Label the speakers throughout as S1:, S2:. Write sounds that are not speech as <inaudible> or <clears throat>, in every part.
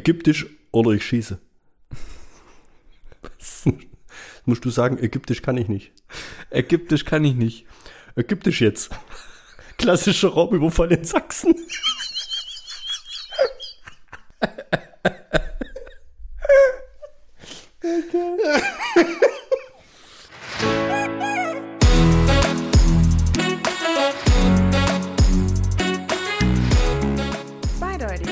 S1: Ägyptisch oder ich schieße. <laughs> Musst du sagen, Ägyptisch kann ich nicht.
S2: Ägyptisch kann ich nicht.
S1: Ägyptisch jetzt. <laughs> Klassischer Raubüberfall in Sachsen.
S3: Zweideutig.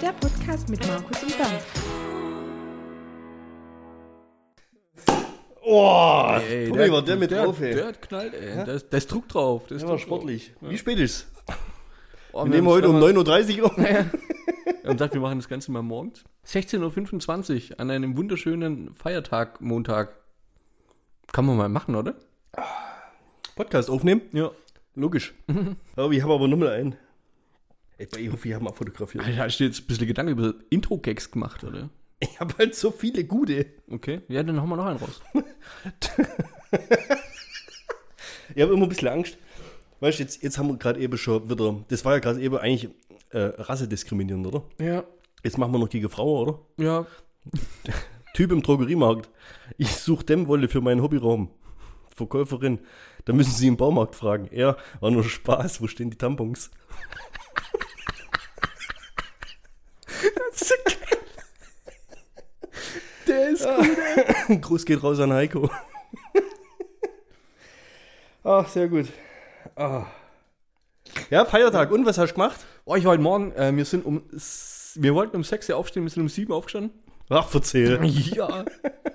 S3: Der Podcast mit Markus und Dan.
S1: Oh,
S2: Ey,
S1: guck mal, war der mit
S2: der,
S1: drauf, ey.
S2: Der hat knallt, ey. Da ist, da ist Druck drauf. Da ist
S1: der war
S2: Druck drauf.
S1: sportlich. Wie spät ist's?
S2: Oh,
S1: Wir nehmen heute um 9.30 Uhr auf.
S2: Uhr. Und sagt, wir machen das Ganze mal morgens. 16.25 Uhr an einem wunderschönen Feiertag, Montag. Kann man mal machen, oder?
S1: Podcast aufnehmen?
S2: Ja.
S1: <laughs> Logisch. aber ich habe aber nochmal einen. Ey, E ich hoffe, ich habe mal fotografiert.
S2: Da hast du jetzt ein bisschen Gedanken über Intro-Gags gemacht, oder?
S1: <laughs> Ich habe halt so viele gute.
S2: Okay. Ja, dann haben wir noch einen raus.
S1: Ich habe immer ein bisschen Angst. Weißt du, jetzt, jetzt haben wir gerade eben schon wieder. Das war ja gerade eben eigentlich äh, rassediskriminierend, oder?
S2: Ja.
S1: Jetzt machen wir noch gegen Frau, oder?
S2: Ja.
S1: Typ im Drogeriemarkt. Ich suche Dämmwolle für meinen Hobbyraum. Verkäuferin. Da müssen Sie im Baumarkt fragen. Er war nur Spaß. Wo stehen die Tampons? <laughs>
S2: Der ist
S1: Gruß geht raus an <laughs> Heiko. Ach, sehr gut. Ah. Ja, Feiertag. Und was hast du gemacht?
S2: Oh, ich war heute Morgen, äh, wir sind um, s- wir wollten um 6 Uhr aufstehen, wir sind um 7 Uhr aufgestanden.
S1: Ach, erzähl.
S2: Ja.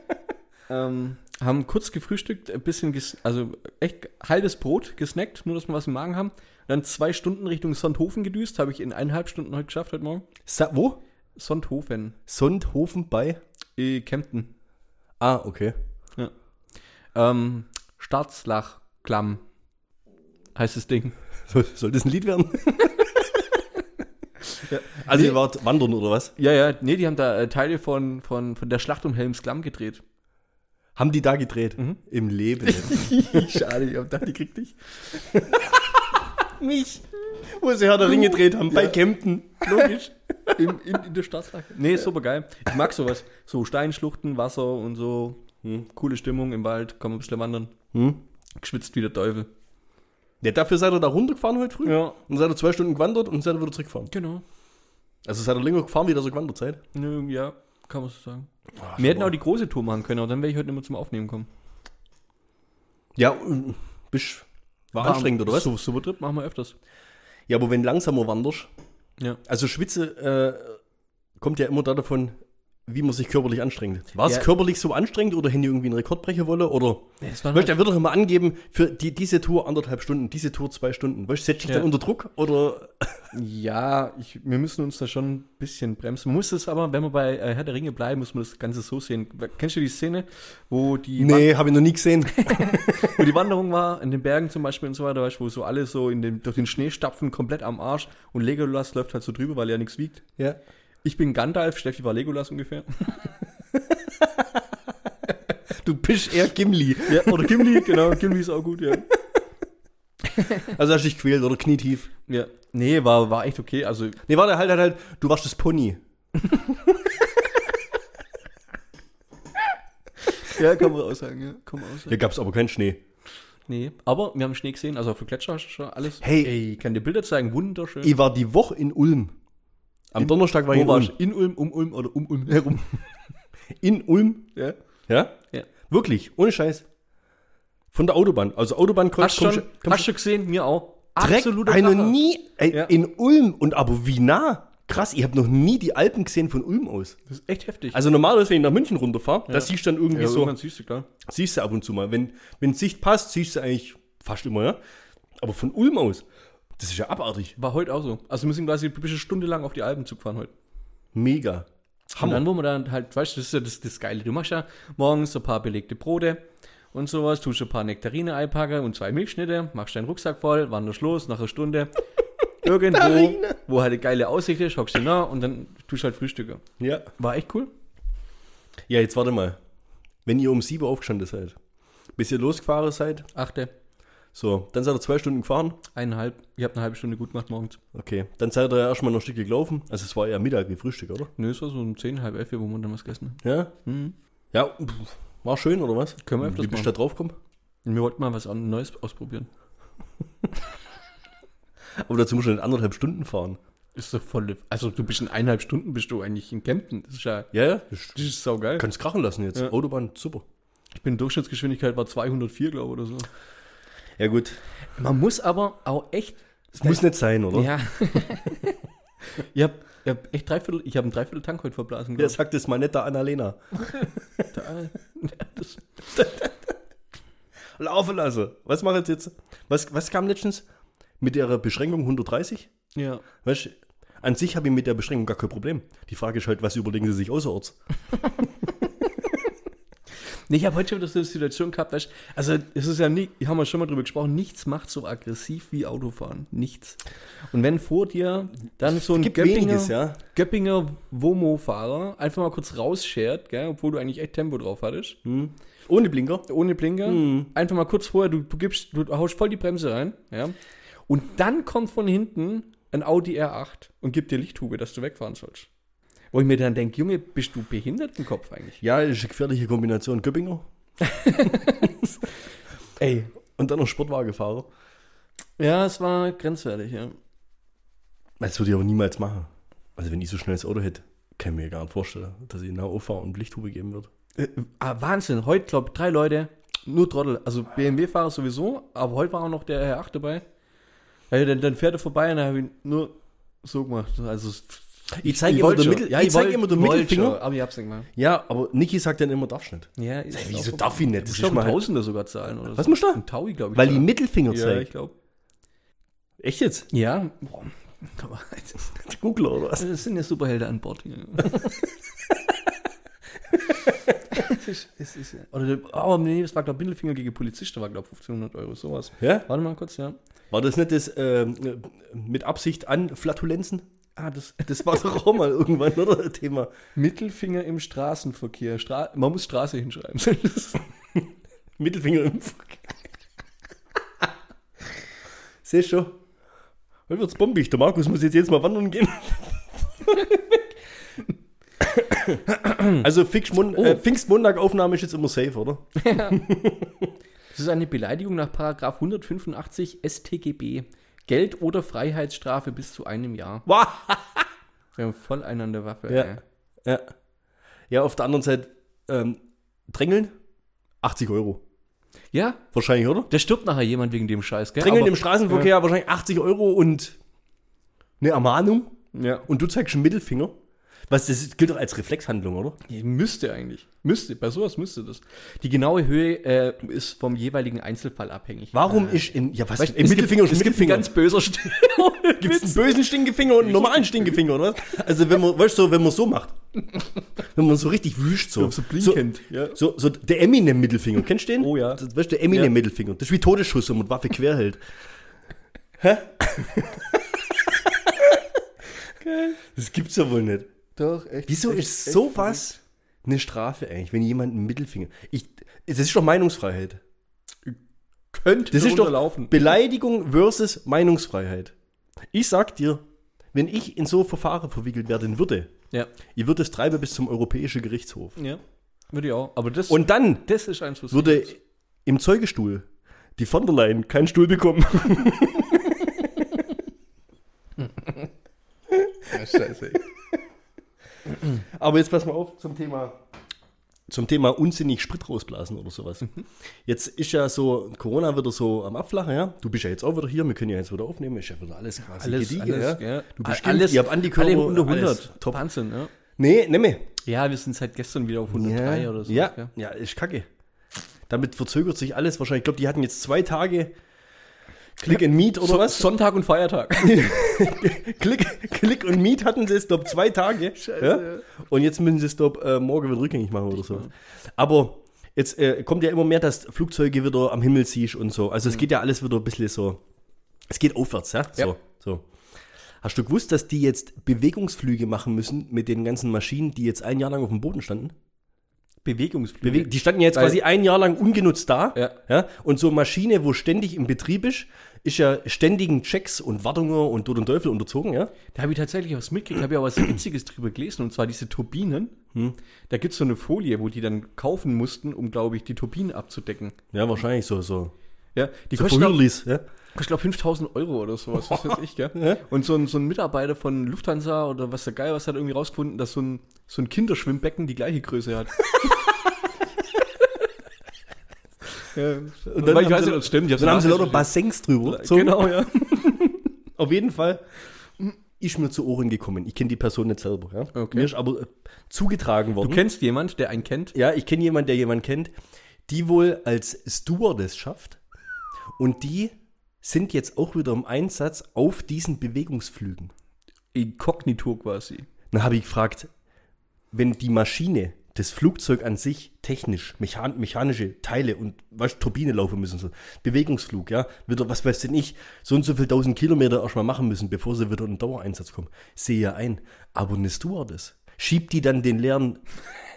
S2: <laughs> ähm, haben kurz gefrühstückt, ein bisschen, ges also echt halbes Brot gesnackt, nur dass wir was im Magen haben. Dann zwei Stunden Richtung Sonthofen gedüst, habe ich in eineinhalb Stunden heute geschafft, heute Morgen.
S1: Sa wo?
S2: Sonthofen,
S1: Sonthofen bei.
S2: äh, Kempten,
S1: Ah, okay.
S2: ähm, Staatslachklamm heißt das Ding.
S1: Soll, soll das ein Lied <laughs> werden? Also ihr wart wandern oder was?
S2: Ja, ja, nee, die haben da äh, Teile von, von, von der Schlacht um Helms Klamm gedreht.
S1: Haben die da gedreht? Im Leben.
S2: <laughs>
S1: <laughs>
S2: Schade, ich hab gedacht, die kriegt dich. Mich.
S1: Wo sie Herr der Ringe gedreht haben, bei Kempten.
S2: Logisch. <laughs> In, in, in der Stadtlage. Nee, super geil. Ich mag sowas. So Steinschluchten, Wasser und so. Hm, Coole Stimmung im Wald, kann man ein bisschen wandern. Geschwitzt wie der Teufel.
S1: Ja, dafür seid ihr da runtergefahren heute früh.
S2: Ja.
S1: Und seid ihr zwei Stunden gewandert und seid ihr wieder zurückgefahren.
S2: Genau.
S1: Also seid ihr länger gefahren, wie ihr so gewandert seid.
S2: Nö, ja, kann man so sagen. Wir hätten auch die große Tour machen können, aber dann wäre ich heute nicht mehr zum Aufnehmen kommen.
S1: Ja, äh, bist, war anstrengend oder was?
S2: Ah, So, so Trip machen wir öfters.
S1: Ja, aber wenn du langsamer wanderst,
S2: Ja.
S1: also Schwitze äh, kommt ja immer da davon, wie man sich körperlich anstrengt. War es
S2: Ja.
S1: körperlich so anstrengend oder hätten die irgendwie einen Rekord brechen wollen oder
S2: Es waren
S1: Weißt, du, der wird doch immer angeben, für die, diese Tour anderthalb Stunden, diese Tour zwei Stunden. Weißt, du, setzt dich
S2: Ja.
S1: dann unter Druck oder
S2: Ja, ich, wir müssen uns da schon ein bisschen bremsen. Man muss es aber, wenn wir bei äh, Herr der Ringe bleiben, muss man das Ganze so sehen. Kennst du die Szene, wo die,
S1: habe ich noch nie
S2: <laughs>
S1: gesehen.
S2: Wan- wo die Wanderung war, in den Bergen zum Beispiel und so weiter, weißt, du, wo so alle so in den, durch den Schnee stapfen, komplett am Arsch und Legolas läuft halt so drüber, weil er nichts wiegt.
S1: ja.
S2: Ich bin Gandalf, Steffi war Legolas ungefähr.
S1: Du bist eher Gimli.
S2: Ja, oder Gimli, genau, Gimli ist auch gut, ja.
S1: Also hast du dich quält oder knietief.
S2: ja. Nee, war, war echt okay. Also,
S1: Nee, warte, halt, halt, halt. Du warst das Pony.
S2: ja, kann man aussagen, ja. Kann man aussagen.
S1: Hier gab es aber keinen Schnee.
S2: Nee, aber wir haben Schnee gesehen, also auf dem Gletscher hast du schon alles.
S1: Hey.
S2: Ey, ich kann dir Bilder zeigen, wunderschön.
S1: Ich war die Woche in Ulm. Am Donnerstag war ich
S2: Wo
S1: in
S2: warst
S1: Ulm.
S2: du? In Ulm, um Ulm oder um Ulm herum?
S1: In Ulm.
S2: Ja.
S1: Ja?
S2: ja.
S1: Wirklich, ohne Scheiß. Von der Autobahn. Also Autobahn
S2: Hast,
S1: komm-
S2: schon,
S1: komm-
S2: hast schon gesehen? Mir auch.
S1: Dreck, hab ich noch
S2: Kracher.
S1: nie ey,
S2: Ja.
S1: in Ulm und aber wie nah. Krass, ich habe noch nie die Alpen gesehen von Ulm aus.
S2: Das ist echt heftig.
S1: Also normalerweise, wenn ich nach München runterfahre, da siehst du dann irgendwie
S2: ja,
S1: so,
S2: irgendwann siehst du, klar.
S1: siehst du ab und zu mal. Wenn, wenn Sicht passt, siehst du eigentlich fast immer, ja. Aber von Ulm aus, das ist ja abartig.
S2: War heute auch so. Also wir müssen quasi eine Stunde lang auf die Alpen zu fahren heute.
S1: Mega.
S2: Und dann, wo man dann halt, weißt du, das ist ja das, das Geile. Du machst ja morgens ein paar belegte Brote und sowas, tust ein paar Nektarine einpacken und zwei Milchschnitte, machst deinen Rucksack voll, wanderst los nach einer <laughs> Stunde. Irgendwo,
S1: Nektarine.
S2: wo halt eine geile Aussicht ist, hockst du da und dann tust halt Frühstücke.
S1: Ja.
S2: War echt cool.
S1: Ja, jetzt warte mal. Wenn ihr um sieben aufgestanden seid, bis ihr losgefahren seid,
S2: Achte.
S1: So, dann seid ihr zwei Stunden gefahren.
S2: Eineinhalb. Ihr habt eine halbe Stunde gut gemacht morgens.
S1: Okay, dann seid ihr ja erstmal noch ein Stück gelaufen. Also es war ja Mittag wie Frühstück, oder?
S2: Nö, es war so um 10, halb elf, wo wir dann was gegessen haben.
S1: Ja? Ja, pff, war schön, oder was?
S2: Mhm. Können wir öfters
S1: Wie bist du da drauf gekommen?
S2: Wir wollten mal was an- Neues ausprobieren.
S1: Aber dazu musst du nicht anderthalb Stunden fahren.
S2: Ist doch voll. Also du bist in eineinhalb Stunden bist du eigentlich in Kempten. Das ist ja.
S1: Ja, ja.
S2: Das ist saugeil.
S1: Kannst krachen lassen jetzt.
S2: Ja.
S1: Autobahn, super.
S2: Ich bin Durchschnittsgeschwindigkeit war 204, glaube ich, oder so.
S1: Ja, gut.
S2: Man muss aber auch echt.
S1: Es muss nicht sein, oder?
S2: Ja. <laughs> ich habe ich hab echt dreiviertel, ich habe einen Dreiviertel Tank heute verblasen.
S1: Der
S2: glaub
S1: sagt es mal nicht der Annalena.
S2: ich. Da- das-
S1: Laufen lassen. Was machen sie jetzt? Was, was kam letztens? Mit ihrer Beschränkung 130?
S2: Ja.
S1: Weißt du, an sich habe ich mit der Beschränkung gar kein Problem. Die Frage ist halt, was überlegen sie sich außerorts?
S2: Nee, ich habe heute schon wieder so eine Situation gehabt, weißt, also es ist ja nie, haben wir schon mal drüber gesprochen, nichts macht so aggressiv wie Autofahren, nichts. Und wenn vor dir dann so ein
S1: Gibt
S2: Göppinger,
S1: weniges, ja.
S2: Göppinger Womo-Fahrer einfach mal kurz rausschert, gell, obwohl du eigentlich echt Tempo drauf hattest,
S1: Ohne Blinker.
S2: ohne Blinker, einfach mal kurz vorher, du, du gibst, du haust voll die Bremse rein, ja, und dann kommt von hinten ein Audi R8 und gibt dir Lichthube, dass du wegfahren sollst. Wo ich mir dann denke, Junge, bist du behindert im Kopf eigentlich?
S1: Ja, ist eine gefährliche Kombination. Göppinger
S2: Ey,
S1: und dann noch Sportwagenfahrer.
S2: Ja, es war grenzwertig, ja.
S1: Das würde ich aber niemals machen. Also, wenn ich so schnell das Auto hätte, kann ich mir gar nicht vorstellen, dass ich nah auffahre und Lichthube geben würde.
S2: Äh, ah, Wahnsinn, heute, glaube ich, drei Leute, nur Trottel. Also BMW-Fahrer sowieso, aber heute war auch noch der Herr 8 dabei. Ja, dann, dann fährt er vorbei und dann habe ich ihn nur so gemacht. Also,
S1: Ich
S2: zeig
S1: zeige immer, den Mittel, ich zeig immer den Mittelfinger.
S2: aber ich hab's nicht gemacht.
S1: Ja, aber Niki sagt dann immer, darfst nicht.
S2: Ja, ist auch
S1: Wieso
S2: okay.
S1: darf ich nicht?
S2: Du
S1: Das
S2: musst
S1: ist
S2: doch einen
S1: mal
S2: Tausender sogar zahlen, oder
S1: Was
S2: so.
S1: musst du da?
S2: Ein Taui, glaube ich.
S1: Weil die Mittelfinger
S2: Ja,
S1: zeigt.
S2: ich glaube.
S1: Echt jetzt?
S2: Ja. Boah. <laughs> Aber
S1: Googler oder was?
S2: Also, das sind ja Superhelden an Bord hier. Es ist, <laughs> es ist, oder, oh, nee, das war, glaube ich, Mittelfinger gegen Polizisten, war, glaube ich, 1500 Euro, sowas.
S1: Ja?
S2: Warte mal kurz, ja.
S1: War das nicht das ähm, äh, mit Absicht an Flatulenzen?
S2: Ah, das
S1: Das war doch auch mal irgendwann, oder? <laughs> das Thema.
S2: Mittelfinger im Straßenverkehr. Stra Man muss Straße hinschreiben. <laughs>
S1: Mittelfinger im Verkehr. Sehst schon? Heute wird's bombig. Der Markus muss jetzt jedes Mal wandern gehen. also Pfingstmon
S2: Oh.
S1: äh, Pfingstmontag-Aufnahme ist jetzt immer safe, oder?
S2: Das ist eine Beleidigung nach Paragraf 185 StGB. Geld- oder Freiheitsstrafe bis zu einem Jahr.
S1: Wow.
S2: Wir haben voll einen an der Waffe.
S1: Ja.
S2: ey.
S1: Ja. Ja, auf der anderen Seite, ähm, Drängeln? 80 Euro.
S2: ja,
S1: Wahrscheinlich, oder?
S2: da stirbt nachher jemand wegen dem Scheiß, gell?
S1: Drängeln
S2: Aber-
S1: im Straßenverkehr wahrscheinlich 80 Euro und eine Ermahnung.
S2: ja.
S1: Und du zeigst einen Mittelfinger. Was, das gilt doch als Reflexhandlung, oder?
S2: Ja, Müsste eigentlich. Müsste. Bei sowas müsste das. Die genaue Höhe äh, ist vom jeweiligen Einzelfall abhängig. Ah.
S1: Warum ist in. Ja, was?
S2: Äh, Weißt du,
S1: im
S2: es
S1: Mittelfinger
S2: gibt,
S1: ist
S2: es gibt ein
S1: Mittelfinger.
S2: ganz böser Stil. <laughs>
S1: Gibt einen bösen Stinkefinger und einen normalen Stinkefinger, oder was? Also, wenn man, weißt du, so, wenn man so macht. Wenn man so richtig wüscht, so.
S2: so blinkend,
S1: So,
S2: ja.
S1: so, so der Eminem-Mittelfinger. Kennst du den?
S2: Oh ja.
S1: Das, weißt du, der Eminem-Mittelfinger. Das ist wie Todesschuss, wenn man die Waffe quer hält. Hä? Das gibt's ja wohl nicht.
S2: Doch, echt.
S1: Wieso ist sowas eine Strafe eigentlich, wenn jemand einen Mittelfinger. Ich, das ist doch Meinungsfreiheit.
S2: Könnte
S1: Das ist doch
S2: laufen.
S1: Beleidigung versus Meinungsfreiheit. Ich sag dir, wenn ich in so Verfahren verwickelt werden würde,
S2: Ja.
S1: ich würde es treiben bis zum Europäischen Gerichtshof.
S2: ja. Würde ich auch. Aber das,
S1: Und dann
S2: das ist ein Schuss.
S1: würde im Zeugestuhl die von der Leyen keinen Stuhl
S2: <laughs>
S1: bekommen.
S2: Scheiße.
S1: Aber jetzt pass mal auf zum Thema. Zum Thema unsinnig Sprit rausblasen oder sowas.
S2: Mhm.
S1: Jetzt ist ja so, Corona wieder so am Abflachen, ja. Du bist ja jetzt auch wieder hier, wir können ja jetzt wieder aufnehmen, ist ja wieder alles quasi
S2: Alles,
S1: gediegen,
S2: alles, ja.
S1: Du bist
S2: alles,
S1: alles, ich hab Antikörper,
S2: alle unter 100.
S1: alles. Top.
S2: Wahnsinn, ja.
S1: Nee, nimm mir.
S2: Ja, wir sind seit gestern wieder auf 103 oder so.
S1: Ja,
S2: gell?
S1: ja, ist kacke. Damit verzögert sich alles wahrscheinlich. Ich glaube, die hatten jetzt zwei Tage Click and Meet oder
S2: So,
S1: was?
S2: Sonntag und Feiertag.
S1: Click, Click und Meet hatten sie es, glaube zwei Tage. ja? Und jetzt müssen sie es, glaube äh, morgen wieder rückgängig machen oder so. Aber jetzt äh, kommt ja immer mehr, dass Flugzeuge wieder am Himmel siehst und so. Also es geht ja alles wieder ein bisschen so. Es geht aufwärts, ja? So,
S2: Mhm. Ja.
S1: so. Hast du gewusst, dass die jetzt Bewegungsflüge machen müssen mit den ganzen Maschinen, die jetzt ein Jahr lang auf dem Boden standen?
S2: Bewegungsflüge.
S1: Bewe- Die standen ja jetzt
S2: Weil-
S1: quasi ein Jahr lang ungenutzt da.
S2: Ja.
S1: Und so eine Maschine, wo ständig im Betrieb ist, ist ja ständigen Checks und Wartungen und Tod und Teufel unterzogen, ja?
S2: Da habe ich tatsächlich was mitgekriegt, habe ich auch was Witziges drüber gelesen, und zwar diese Turbinen. Da gibt es so eine Folie, wo die dann kaufen mussten, um, glaube ich, die Turbinen abzudecken.
S1: Ja, wahrscheinlich so. so.
S2: Ja, die
S1: so
S2: kosten, auch-
S1: Verhürlis, ja?
S2: ich glaube, 5000 Euro oder sowas, was weiß ich, gell? Und so ein, so ein Mitarbeiter von Lufthansa oder was der Geil was hat irgendwie rausgefunden, dass so ein, so ein Kinderschwimmbecken die gleiche Größe hat. ja, und
S1: dann
S2: dann ich
S1: haben
S2: weiß
S1: sie-
S2: nicht, ob es stimmt. ich hab's
S1: Dann haben sie lauter
S2: nachrecherchiert.
S1: Bassins drüber. So.
S2: Genau, ja.
S1: Auf jeden Fall ist mir zu Ohren gekommen. Ich kenne die Person nicht selber. Ja?
S2: Okay.
S1: Mir ist aber äh, zugetragen
S2: Du
S1: worden.
S2: kennst jemand, der einen kennt?
S1: ja, ich kenne jemanden, der jemanden kennt, die wohl als Stewardess schafft. Und die sind jetzt auch wieder im Einsatz auf diesen Bewegungsflügen.
S2: Inkognito quasi.
S1: Dann habe ich gefragt, wenn die Maschine, das Flugzeug an sich, technisch, mechan mechanische Teile und weißt, Turbine laufen müssen, so Bewegungsflug, ja, wieder, was weiß denn ich, so und so viel tausend Kilometer erstmal machen müssen, bevor sie wieder in den Dauereinsatz kommen. Sehe ja ein, aber eine Stewardess schiebt die dann den leeren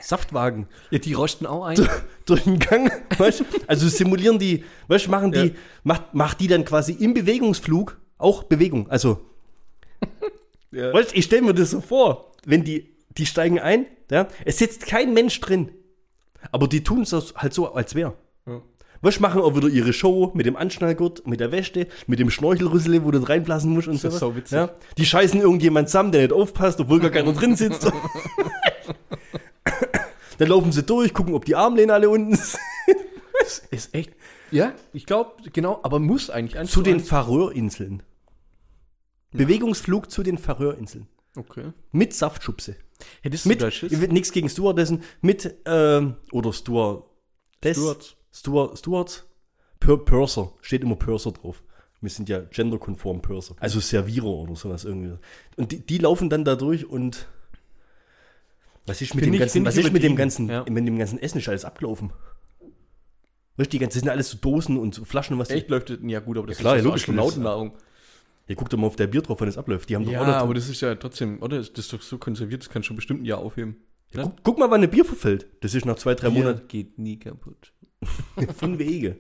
S1: Saftwagen
S2: Ja, die rosten auch ein.
S1: durch den Gang, <laughs> weißt, also simulieren die, weißt, machen die,
S2: Ja.
S1: macht, macht die dann quasi im Bewegungsflug auch Bewegung, also
S2: <laughs> Ja.
S1: Weißt, ich stelle mir das so vor, wenn die, die steigen ein, ja, es sitzt kein Mensch drin, aber die tun es aus- halt so, als wäre.
S2: Ja.
S1: Weißt, machen auch wieder ihre Show mit dem Anschnallgurt, mit der Wäsche, mit dem Schnorchelrüssel, wo du das reinblasen musst und
S2: Das ist
S1: so.
S2: so witzig.
S1: Ja, die scheißen irgendjemand zusammen, der nicht aufpasst, obwohl gar keiner drin
S2: <laughs>
S1: sitzt. Dann laufen sie durch, gucken, ob die Armlehnen alle unten sind.
S2: Ist echt. Ja, ich glaube, genau, aber muss eigentlich eins
S1: Zu den
S2: eins-
S1: Färöerinseln. Bewegungsflug zu den Färöerinseln.
S2: Okay.
S1: Mit Saftschubse.
S2: Hättest
S1: mit,
S2: du da Schiss?
S1: nichts gegen Stewardessen, mit, ähm, oder Steward,
S2: Stewards.
S1: Steward, Stewards, per, Purser, steht immer Purser drauf. Wir sind ja genderkonform Purser, also Servierer oder sowas irgendwie. Und die, die laufen dann da durch und was ist mit dem
S2: Find ich-
S1: ganzen,
S2: find
S1: was
S2: ich
S1: ist mit dem
S2: übertrieben,
S1: ganzen,
S2: ja.
S1: mit dem ganzen Essen ist alles abgelaufen? Weißt du, die ganzen, das sind alles so Dosen und so Flaschen und was.
S2: Echt läuft das- ja gut, aber das
S1: Ja, klar,
S2: ist
S1: ja, logisch, das ist-
S2: Astronautennahrung.
S1: Ihr guckt doch mal auf der Bier drauf, wenn es abläuft. Die haben
S2: Ja,
S1: doch auch noch
S2: aber das ist ja trotzdem, oder? Das ist doch so konserviert, das kannst du bestimmt ein Jahr aufheben.
S1: Ja, guck, guck mal, wann eine Bier verfällt. Das ist nach zwei, drei Monaten <laughs>
S2: geht nie kaputt.
S1: von Wege.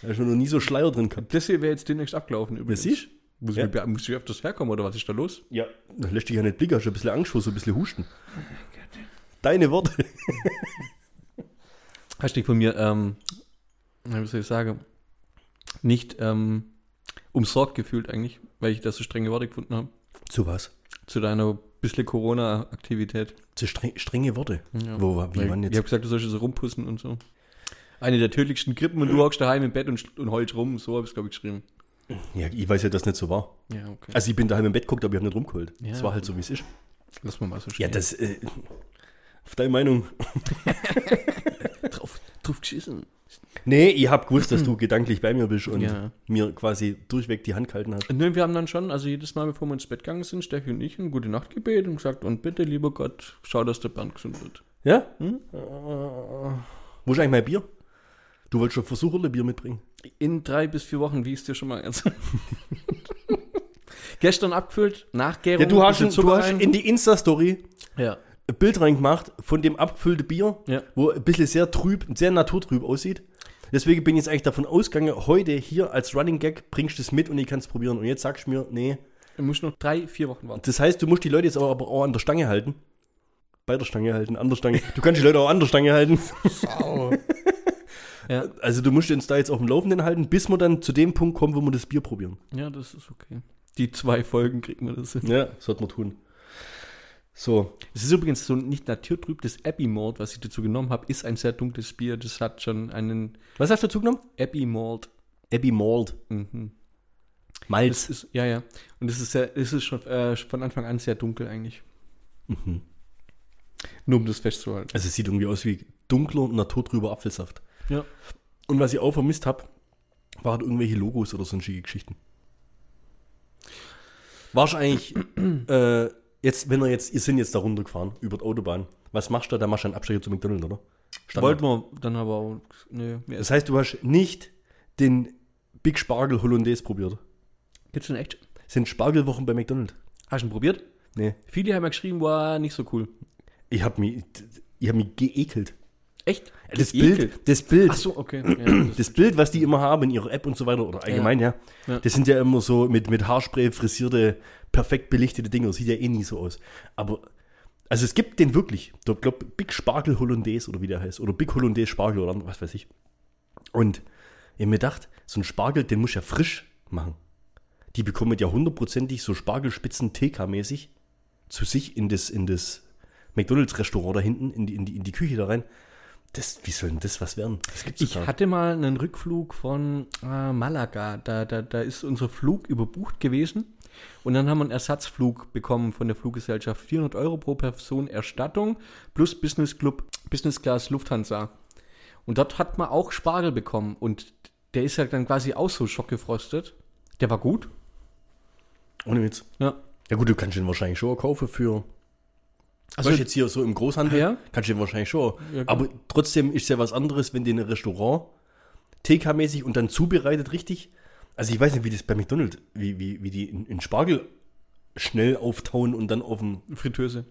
S1: Da ist schon noch nie so Schleier drin gehabt.
S2: Das hier wäre jetzt demnächst abgelaufen übrigens.
S1: siehst
S2: Muss
S1: Ja.
S2: ich, mir- muss ich öfters herkommen oder was ist da los?
S1: Ja. Da lässt dich ja nicht blicken, hast du ein bisschen Angst vor, so ein bisschen husten. Deine Worte.
S2: Hast dich von mir, ähm, wie soll ich sagen, nicht ähm, umsorgt gefühlt eigentlich, weil ich da so strenge Worte gefunden habe.
S1: Zu was?
S2: Zu deiner bisschen Corona-Aktivität.
S1: Zu streng, strenge Worte.
S2: Ja.
S1: Wo, war- wie
S2: ich
S1: waren
S2: ich
S1: jetzt?
S2: habe gesagt, du sollst so rumpussen und so. Eine der tödlichsten Grippen und du hockst daheim im Bett und, sch- und heulst rum. So habe ich es, glaube ich, geschrieben.
S1: Ja, ich weiß ja, dass das nicht so war.
S2: Ja, okay.
S1: Also ich bin daheim im Bett geguckt, aber ich habe nicht rumgeholt.
S2: Ja.
S1: Es war halt so, wie es ist.
S2: Lass mal mal so
S1: Ja,
S2: stehen.
S1: das, äh, auf deine Meinung.
S2: drauf, drauf geschissen.
S1: Nee, ich hab gewusst, <clears throat> dass du gedanklich bei mir bist und
S2: Ja.
S1: mir quasi durchweg die Hand gehalten hast.
S2: Nö, wir haben dann schon, also jedes Mal, bevor wir ins Bett gegangen sind, Steffi und ich, ein gute Nacht gebet und gesagt, und bitte, lieber Gott, schau, dass der Bernd gesund wird.
S1: Ja? Hm? Wo ist eigentlich mein Bier? Du wolltest schon Versucherle Bier mitbringen.
S2: In drei bis vier Wochen, wie ich es dir schon mal erzählt <laughs> Gestern abgefüllt, Nachgärung.
S1: Ja, du hast,
S2: bisschen
S1: du
S2: Zucker
S1: hast
S2: rein.
S1: in die Insta-Story
S2: ja.
S1: ein Bild reingemacht von dem abgefüllte Bier,
S2: Ja.
S1: wo ein bisschen sehr trüb, sehr naturtrüb aussieht. Deswegen bin ich jetzt eigentlich davon ausgegangen, heute hier als Running Gag bringst du es mit und ich kann es probieren. Und jetzt sagst du mir, nee.
S2: Du musst noch drei, vier Wochen warten.
S1: Das heißt, du musst die Leute jetzt aber aber auch an der Stange halten. Bei der Stange halten, an der Stange. <laughs> Du kannst die Leute auch an der Stange halten.
S2: Ja,
S1: Also du musst uns da jetzt auf dem Laufenden halten, bis wir dann zu dem Punkt kommen, wo wir das Bier probieren.
S2: ja, das ist okay. Die zwei Folgen kriegen wir das hin.
S1: Ja, das sollten wir tun. So,
S2: Es ist übrigens so ein nicht naturtrübtes Abbey Malt, was ich dazu genommen habe, ist ein sehr dunkles Bier. Das hat schon einen
S1: was hast du dazu genommen?
S2: Abbey Malt.
S1: Abbey Malt.
S2: Mhm.
S1: Malz.
S2: Das ist, ja, ja. Und es ist, sehr, es ist schon, äh, von Anfang an sehr dunkel eigentlich. Nur um das festzuhalten.
S1: Also es sieht irgendwie aus wie dunkler, naturtrüber Apfelsaft.
S2: Ja.
S1: Und was ich auch vermisst habe, waren irgendwelche Logos oder sonstige Geschichten. Warst du
S2: <clears throat>
S1: eigentlich, äh, jetzt, wenn wir jetzt, ihr sind jetzt da runtergefahren, über die Autobahn, was machst du da? Da machst du einen Abstecher zu McDonalds, oder? Standard.
S2: Wollten wir dann aber auch. Nö.
S1: Das heißt, du hast nicht den Big Spargel Hollandaise probiert.
S2: Gibt's denn echt?
S1: Sind Spargelwochen bei McDonalds?
S2: Hast du ihn probiert?
S1: Nee.
S2: Viele haben ja geschrieben, war nicht so cool.
S1: Ich habe mich, ich hab mich geekelt.
S2: Echt?
S1: Das Bild, das Bild,
S2: Ach so, okay. Ja, das,
S1: das Bild, was die immer haben in ihrer App und so weiter oder allgemein, ja.
S2: Ja.
S1: Das sind ja immer so mit, mit Haarspray frisierte, perfekt belichtete Dinge. Das sieht ja eh nie so aus. Aber, also es gibt den wirklich. Ich glaube, Big Sparkle Hollandaise oder wie der heißt. Oder Big Hollandaise Spargel oder was weiß ich. Und ich hab mir gedacht, so ein Spargel, den muss ich ja frisch machen. Die bekommen ja hundertprozentig so Spargelspitzen TK-mäßig zu sich in das, in das McDonalds-Restaurant da hinten, in die, in, die, in die Küche da rein. Das, wie soll denn das was werden? Das gibt's
S2: ich
S1: doch gar nicht.
S2: hatte mal einen Rückflug von äh, Malaga. Da, da, da ist unser Flug überbucht gewesen. Und dann haben wir einen Ersatzflug bekommen von der Fluggesellschaft. 400 Euro pro Person Erstattung plus Business Club, Business Class Lufthansa. Und dort hat man auch Spargel bekommen. Und der ist ja dann quasi auch so schockgefrostet. Der war gut.
S1: Ohne Witz.
S2: Ja.
S1: Ja gut, du kannst den wahrscheinlich schon kaufen für. Also
S2: Weißt du,
S1: jetzt hier so im Großhandel,
S2: Ja?
S1: kannst du den wahrscheinlich schon.
S2: Ja, gut.
S1: aber trotzdem ist ja was anderes, wenn den ein Restaurant TK-mäßig und dann zubereitet richtig. Also ich weiß nicht, wie das bei McDonald's, wie, wie, wie die in, in Spargel schnell auftauen und dann auf dem <laughs>
S2: Fritteuse.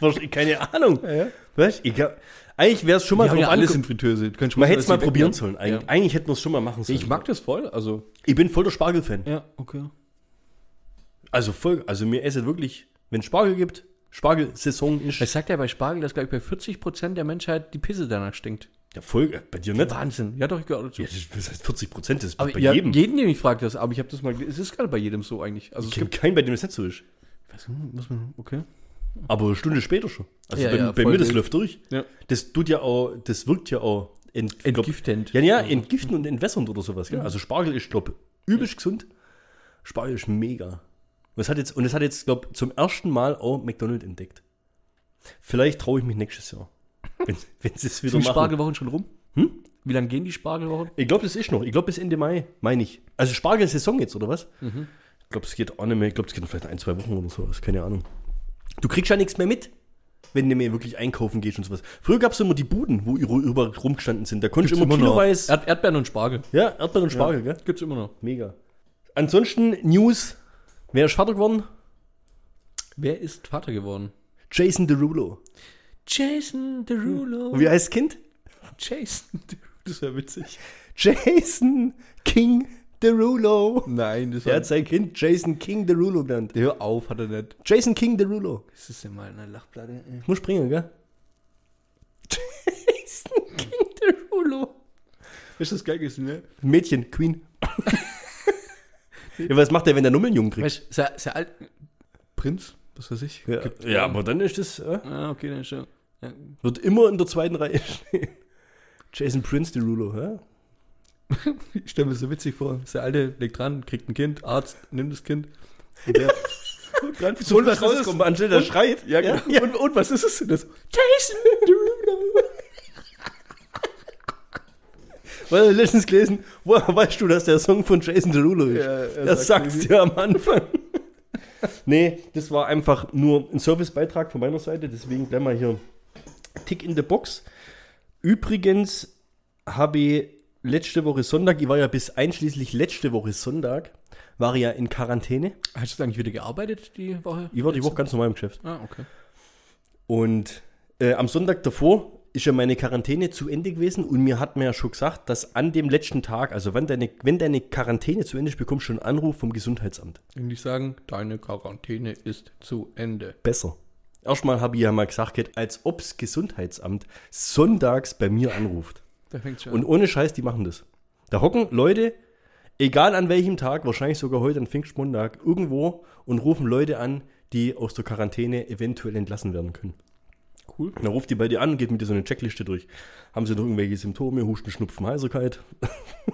S1: wahrscheinlich- keine Ahnung.
S2: ja.
S1: Weißt, ich, glaub- eigentlich wäre es schon mal
S2: Die haben ja
S1: drauf
S2: alles
S1: ange-
S2: in Fritteuse. Du kannst schon
S1: Man hätte es
S2: dass
S1: mal
S2: die
S1: probieren sollen.
S2: wegnehmen.
S1: Eigentlich,
S2: Ja.
S1: eigentlich hätten wir es schon mal machen sollen.
S2: Ich mag das voll. Also,
S1: ich bin voll der Spargel-Fan.
S2: ja, okay.
S1: Also voll, also mir essen wirklich, wenn Spargel gibt, Spargel-Saison ist.
S2: Es sagt ja bei Spargel, dass, glaube ich, bei 40% der Menschheit die Pisse danach stinkt.
S1: Ja, voll, äh, bei dir nicht.
S2: Wahnsinn. Ja, doch, ich gehöre dazu.
S1: Ja, das- das heißt 40 Prozent, das ist
S2: aber
S1: bei
S2: ja,
S1: jedem.
S2: jeden, den ich frage, das. Aber ich habe das mal. Es ist gerade bei jedem so eigentlich. Also,
S1: Ich
S2: es
S1: kenne
S2: gibt.
S1: keinen, bei dem das nicht so ist.
S2: Was, hm, muss man, okay.
S1: Aber eine Stunde später schon. Also
S2: Ja,
S1: bei,
S2: ja,
S1: bei
S2: voll
S1: mir, das
S2: wild.
S1: läuft durch.
S2: Ja.
S1: Das tut ja auch, das wirkt ja auch ent, ich glaub-
S2: Entgiftend.
S1: Ja, ja, entgiften und entwässernd oder sowas. Gell? Also Spargel ist, glaube übelst gesund. Spargel ist mega. Und es hat jetzt, und es hat jetzt glaube zum ersten Mal auch McDonald's entdeckt. Vielleicht traue ich mich nächstes Jahr. Wenn, <laughs> wenn sie es wieder
S2: Sind die
S1: machen.
S2: Spargelwochen schon rum?
S1: Hm?
S2: Wie lange gehen die Spargelwochen?
S1: Ich glaube, das ist noch. Ich glaube, bis Ende Mai, meine ich. Also Spargelsaison jetzt, oder was?
S2: Mhm.
S1: Ich glaube, es geht auch nicht mehr. Ich glaube, es geht vielleicht ein, zwei Wochen oder sowas. Keine Ahnung. Du kriegst ja nichts mehr mit, wenn du mehr wirklich einkaufen gehst und sowas. Früher gab es immer die Buden, wo ihre über rumgestanden sind. Da konntest du immer,
S2: noch.
S1: Kiloweise.
S2: Erd Erdbeeren und Spargel.
S1: ja, Erdbeeren und Spargel, gell?
S2: Gibt's immer noch.
S1: Mega. Ansonsten News. Wer ist Vater geworden?
S2: Wer ist Vater geworden?
S1: Jason Derulo.
S2: Jason Derulo.
S1: Und wie heißt das Kind?
S2: Hm. Jason Derulo. Das wäre witzig.
S1: Jason King Derulo.
S2: Nein, das
S1: Der hat sein Kind Jason King Derulo genannt.
S2: Hör auf, hat er nicht.
S1: Jason King Derulo.
S2: Das ist ja mal eine Lachplatte. ey.
S1: Muss springen, <laughs> gell? Jason King Derulo.
S2: Ist das geil gewesen, ne?
S1: Mädchen, Queen. ja, was macht der, wenn der Nummeljungen kriegt?
S2: Weißt du, sehr, sehr alt. Prinz, was weiß ich.
S1: Ja,
S2: Gibt-
S1: ja, aber dann ist das. Äh,
S2: Ah, okay, dann schon. Ja.
S1: wird immer in der zweiten Reihe stehen. Jason Prince Derulo, hä?
S2: Ich stelle mir so witzig vor. Ist der Alte, legt dran, kriegt ein Kind, Arzt, nimmt das Kind. Und der
S1: Gerade
S2: so
S1: so was
S2: was
S1: rauskommt, anstelle der schreit.
S2: ja, genau.
S1: ja.
S2: Und, und was ist es denn? Das? Jason
S1: <laughs>
S2: Derulo.
S1: Weil du letztens gelesen, woher weißt du, dass der Song von Jason Derulo ist?
S2: Ja, er
S1: das
S2: sagt
S1: sagst du ja am Anfang. <laughs> nee, das war einfach nur ein Servicebeitrag von meiner Seite, deswegen gleich mal hier Tick in the Box. Übrigens habe ich letzte Woche Sonntag, ich war ja bis einschließlich letzte Woche Sonntag, war ich ja in Quarantäne.
S2: Hast du eigentlich wieder gearbeitet die Woche?
S1: Ich war die Woche ganz normal im Geschäft.
S2: Ah, okay.
S1: Und äh, am Sonntag davor ist ja meine Quarantäne zu Ende gewesen und mir hat mir ja schon gesagt, dass an dem letzten Tag, also wenn deine, wenn deine Quarantäne zu Ende ist, bekommst du einen Anruf vom Gesundheitsamt.
S2: Und ich sagen, deine Quarantäne ist zu Ende.
S1: Besser. Erstmal habe ich ja mal gesagt, gehabt, als ob das Gesundheitsamt sonntags bei mir anruft.
S2: Da fängt schon
S1: Und ohne Scheiß, die machen das. Da hocken Leute, egal an welchem Tag, wahrscheinlich sogar heute an Pfingstmontag, irgendwo und rufen Leute an, die aus der Quarantäne eventuell entlassen werden können.
S2: Cool.
S1: Dann ruft die bei dir an, geht mit dir so eine Checkliste durch. Haben sie noch irgendwelche Symptome, Husten, Schnupfen, Heiserkeit?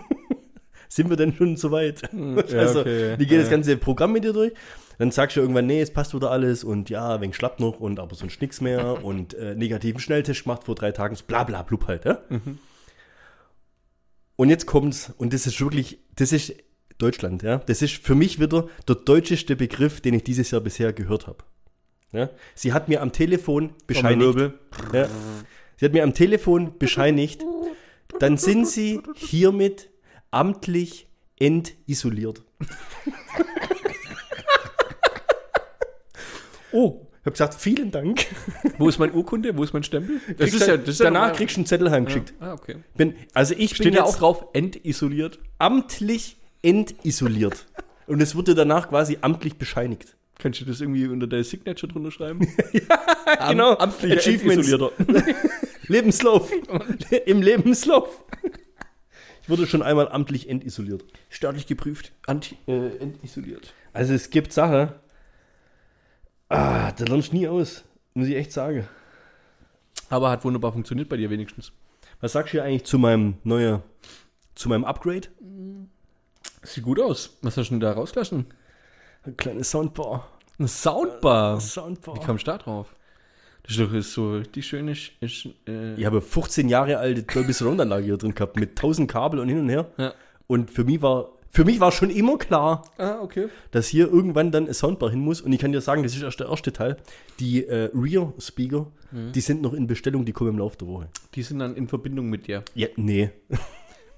S1: <laughs> Sind wir denn schon so weit?
S2: Hm,
S1: <laughs>
S2: ja,
S1: also,
S2: okay.
S1: Die gehen das
S2: Ja.
S1: ganze Programm mit dir durch. Dann sagst du irgendwann, nee, es passt wieder alles und ja, wegen schlapp noch und aber sonst nichts
S2: <laughs>
S1: mehr und äh, negativen Schnelltest gemacht vor drei Tagen, bla bla blub halt. Ja?
S2: Mhm.
S1: Und jetzt kommt's, und das ist wirklich, das ist Deutschland, ja. Das ist für mich wieder der deutscheste Begriff, den ich dieses Jahr bisher gehört habe. Ja? Sie hat mir am Telefon bescheinigt. Ja. Sie hat mir am Telefon bescheinigt, dann sind sie hiermit amtlich entisoliert.
S2: Oh,
S1: habe gesagt, vielen Dank.
S2: Wo ist mein Urkunde? Wo ist mein Stempel? Das
S1: Kriegst dann- danach kriegst du einen Zettel heimgeschickt.
S2: Ah, okay.
S1: Bin, also ich
S2: Steht
S1: bin
S2: ja
S1: jetzt
S2: auch drauf, entisoliert.
S1: amtlich entisoliert. Und es wurde danach quasi amtlich bescheinigt.
S2: Kannst du das irgendwie unter deine Signature drunter schreiben? <laughs> ja,
S1: genau.
S2: Amtlicher
S1: Achievements.
S2: Endisolierter.
S1: <laughs>
S2: <laughs>
S1: Lebenslauf. Im Lebenslauf. Ich wurde schon einmal amtlich entisoliert.
S2: Staatlich geprüft. Anti äh, entisoliert.
S1: Also es gibt Sachen, ah, da lernst du nie aus, muss ich echt sagen.
S2: Aber hat wunderbar funktioniert bei dir wenigstens.
S1: Was sagst du hier eigentlich zu meinem neuen, zu meinem Upgrade?
S2: Sieht gut aus. Was hast du denn da rausgelassen?
S1: Ein kleines Soundbar.
S2: Eine Äh, Soundbar. Wie
S1: Soundbar.
S2: kamst du da drauf? Das ist doch ist so richtig schön. Ist, ist, äh,
S1: Ich habe 15 Jahre alte Dolby Surround Anlage hier drin gehabt mit 1000 Kabel und hin und her.
S2: Ja.
S1: Und für mich war für mich war schon immer klar,
S2: Ah, okay.
S1: dass hier irgendwann dann ein Soundbar hin muss. Und ich kann dir sagen, das ist erst der erste Teil. Die äh, Rear Speaker,
S2: Mhm.
S1: die sind noch in Bestellung, die kommen im Laufe der Woche.
S2: Die sind dann in Verbindung mit dir.
S1: Ja, nee.
S2: <laughs>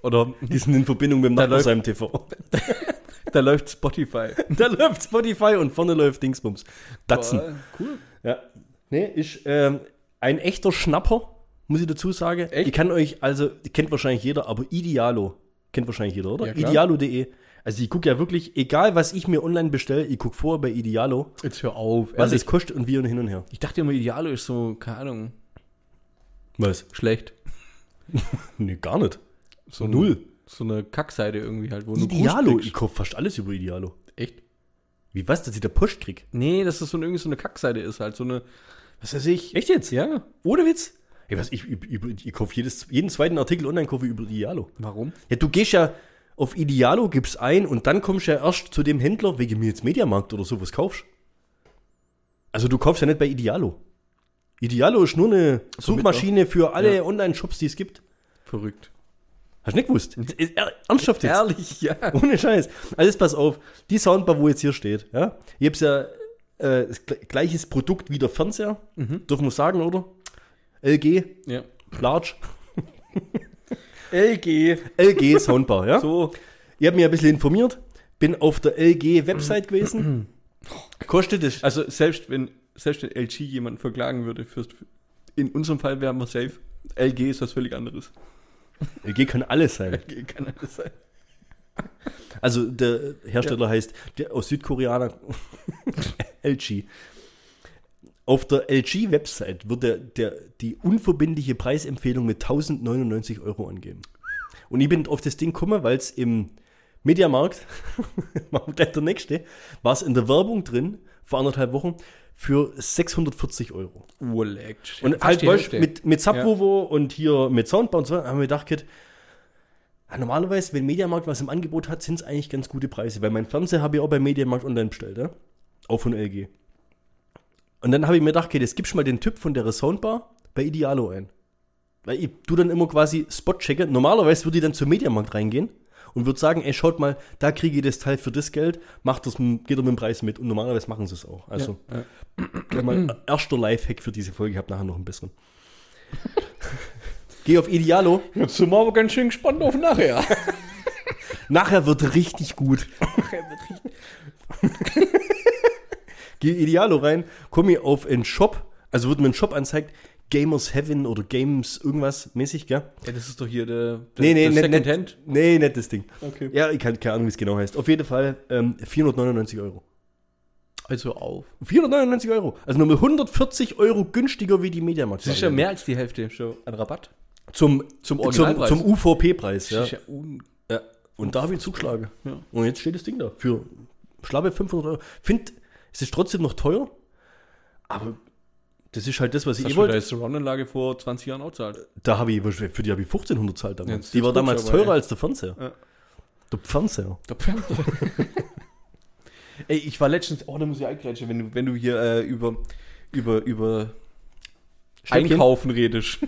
S2: Oder
S1: Die sind in Verbindung mit dem
S2: Da
S1: Nachbar
S2: läuft-
S1: seinem TV.
S2: <laughs> da läuft Spotify.
S1: Da läuft Spotify und vorne läuft Dingsbums. Datsen.
S2: Boah, cool.
S1: Ja. Nee, ist ähm, ein echter Schnapper, muss ich dazu sagen.
S2: Echt?
S1: Ich kann euch, also, die kennt wahrscheinlich jeder, aber Idealo kennt wahrscheinlich jeder, oder?
S2: Ja, klar.
S1: Idealo.de. Also ich gucke ja wirklich, egal was ich mir online bestelle, ich gucke vorher bei Idealo,
S2: Jetzt hör auf.
S1: was
S2: ehrlich.
S1: es kostet und wie und hin und her.
S2: Ich dachte immer, Idealo ist so, keine Ahnung,
S1: Was?
S2: schlecht.
S1: Nee, gar nicht.
S2: So
S1: Null.
S2: So eine Kackseite irgendwie halt, wo
S1: Idealo,
S2: Gruß
S1: ich
S2: kriegst.
S1: kaufe fast alles über Idealo.
S2: Echt?
S1: Wie was, dass ich da Post krieg?
S2: Nee, dass das so eine, irgendwie so eine Kackseite ist halt, so eine,
S1: Was weiß ich? Echt jetzt? Ja.
S2: ja.
S1: Ohne Witz? Ey, was, ich, ich, ich, ich kaufe jedes, jeden zweiten Artikel online kaufe ich über Idealo.
S2: Warum?
S1: Ja, du gehst ja auf Idealo, gibst ein und dann kommst du ja erst zu dem Händler, wegen mir jetzt Mediamarkt oder so, was kaufst. Also du kaufst ja nicht bei Idealo. Idealo ist nur eine Suchmaschine für alle
S2: Ja.
S1: Online-Shops, die es gibt.
S2: Verrückt.
S1: Hast du nicht gewusst? Ist er- Ernsthaft jetzt?
S2: Ehrlich, ja.
S1: Ohne Scheiß. Also jetzt pass auf, die Soundbar, wo jetzt hier steht, ja, ich hab's ja äh, das gl- gleiches Produkt wie der Fernseher, dürfen wir sagen, oder? LG,
S2: ja.
S1: Large,
S2: LG.
S1: LG Soundbar, ja?
S2: So.
S1: Ich habe mich ein bisschen informiert, bin auf der LG-Website gewesen. Kostet es.
S2: Also selbst wenn, selbst wenn LG jemanden verklagen würde, fürs, in unserem Fall wären wir safe. LG ist was völlig anderes.
S1: LG kann alles sein.
S2: LG kann alles sein.
S1: Also der Hersteller heißt der aus Südkoreaner <laughs> LG. Auf der LG-Website wird der, der, die unverbindliche Preisempfehlung mit 1099 Euro angeben. Und ich bin auf das Ding gekommen, weil es im Mediamarkt, <laughs> machen wir gleich der nächste, war es in der Werbung drin, vor anderthalb Wochen, für 640 Euro.
S2: Urlegt.
S1: Und halt weißt, mit, mit Subwoofer und hier mit Soundbar und so haben wir gedacht, Kid, ah, normalerweise, wenn Mediamarkt was im Angebot hat, sind es eigentlich ganz gute Preise, weil mein Fernseher habe ich auch bei Mediamarkt online bestellt, ja? auch von LG. Und dann habe ich mir gedacht, okay, jetzt gibst du mal den Typ von der Soundbar bei Idealo ein. Weil ich tu dann immer quasi Spot checke. Normalerweise würde ich dann zum Mediamarkt reingehen und würde sagen, ey, schaut mal, da kriege ich das Teil für das Geld, macht das, m- geht er mit dem Preis mit. Und normalerweise machen sie es auch. Also,
S2: Ja,
S1: gleich mal erster Lifehack für diese Folge, ich habe nachher noch einen besseren. <laughs> Geh auf Idealo,
S2: Jetzt sind wir aber ganz schön gespannt auf <laughs> nachher.
S1: nachher wird richtig gut. <laughs> Geh Idealo rein, komm hier auf einen Shop, also wird mir ein Shop anzeigt, Gamers Heaven oder Games irgendwas mäßig, gell?
S2: Ja, das ist doch hier äh, der, der,
S1: Nee, nee,
S2: der
S1: nicht,
S2: Secondhand.
S1: nicht, nee, nicht das Ding.
S2: Okay.
S1: Ja, ich kann keine Ahnung, wie es genau heißt. Auf jeden Fall ähm, 499 Euro.
S2: Also auf.
S1: 499 Euro. Also nochmal 140 Euro günstiger wie die Mediamarkt.
S2: Das ist ja mehr als die Hälfte schon an Rabatt.
S1: Zum, zum,
S2: Originalpreis.
S1: Zum, zum UVP-Preis, ja.
S2: Das ist ja un
S1: Ja, und da habe ich zugeschlagen.
S2: Ja.
S1: Und jetzt steht das Ding da für schlappe 500 Euro. Find, es ist trotzdem noch teuer, aber das ist halt das, was
S2: das
S1: ich
S2: ich
S1: eh wollte.
S2: wollte Surround-Anlage vor 20 Jahren auch zahlt.
S1: Da habe ich, für die habe ich 1500 zahlt
S2: Ja,
S1: damals.
S2: das
S1: die
S2: ist
S1: war
S2: gut,
S1: damals
S2: aber,
S1: teurer
S2: ey.
S1: als der Fernseher.
S2: Ja.
S1: Der Fernseher.
S2: <laughs> Ey, ich war letztens, oh, da muss ich eingrätschen, wenn du, wenn du hier äh, über, über, über
S1: Schnäppchen?
S2: Einkaufen redest.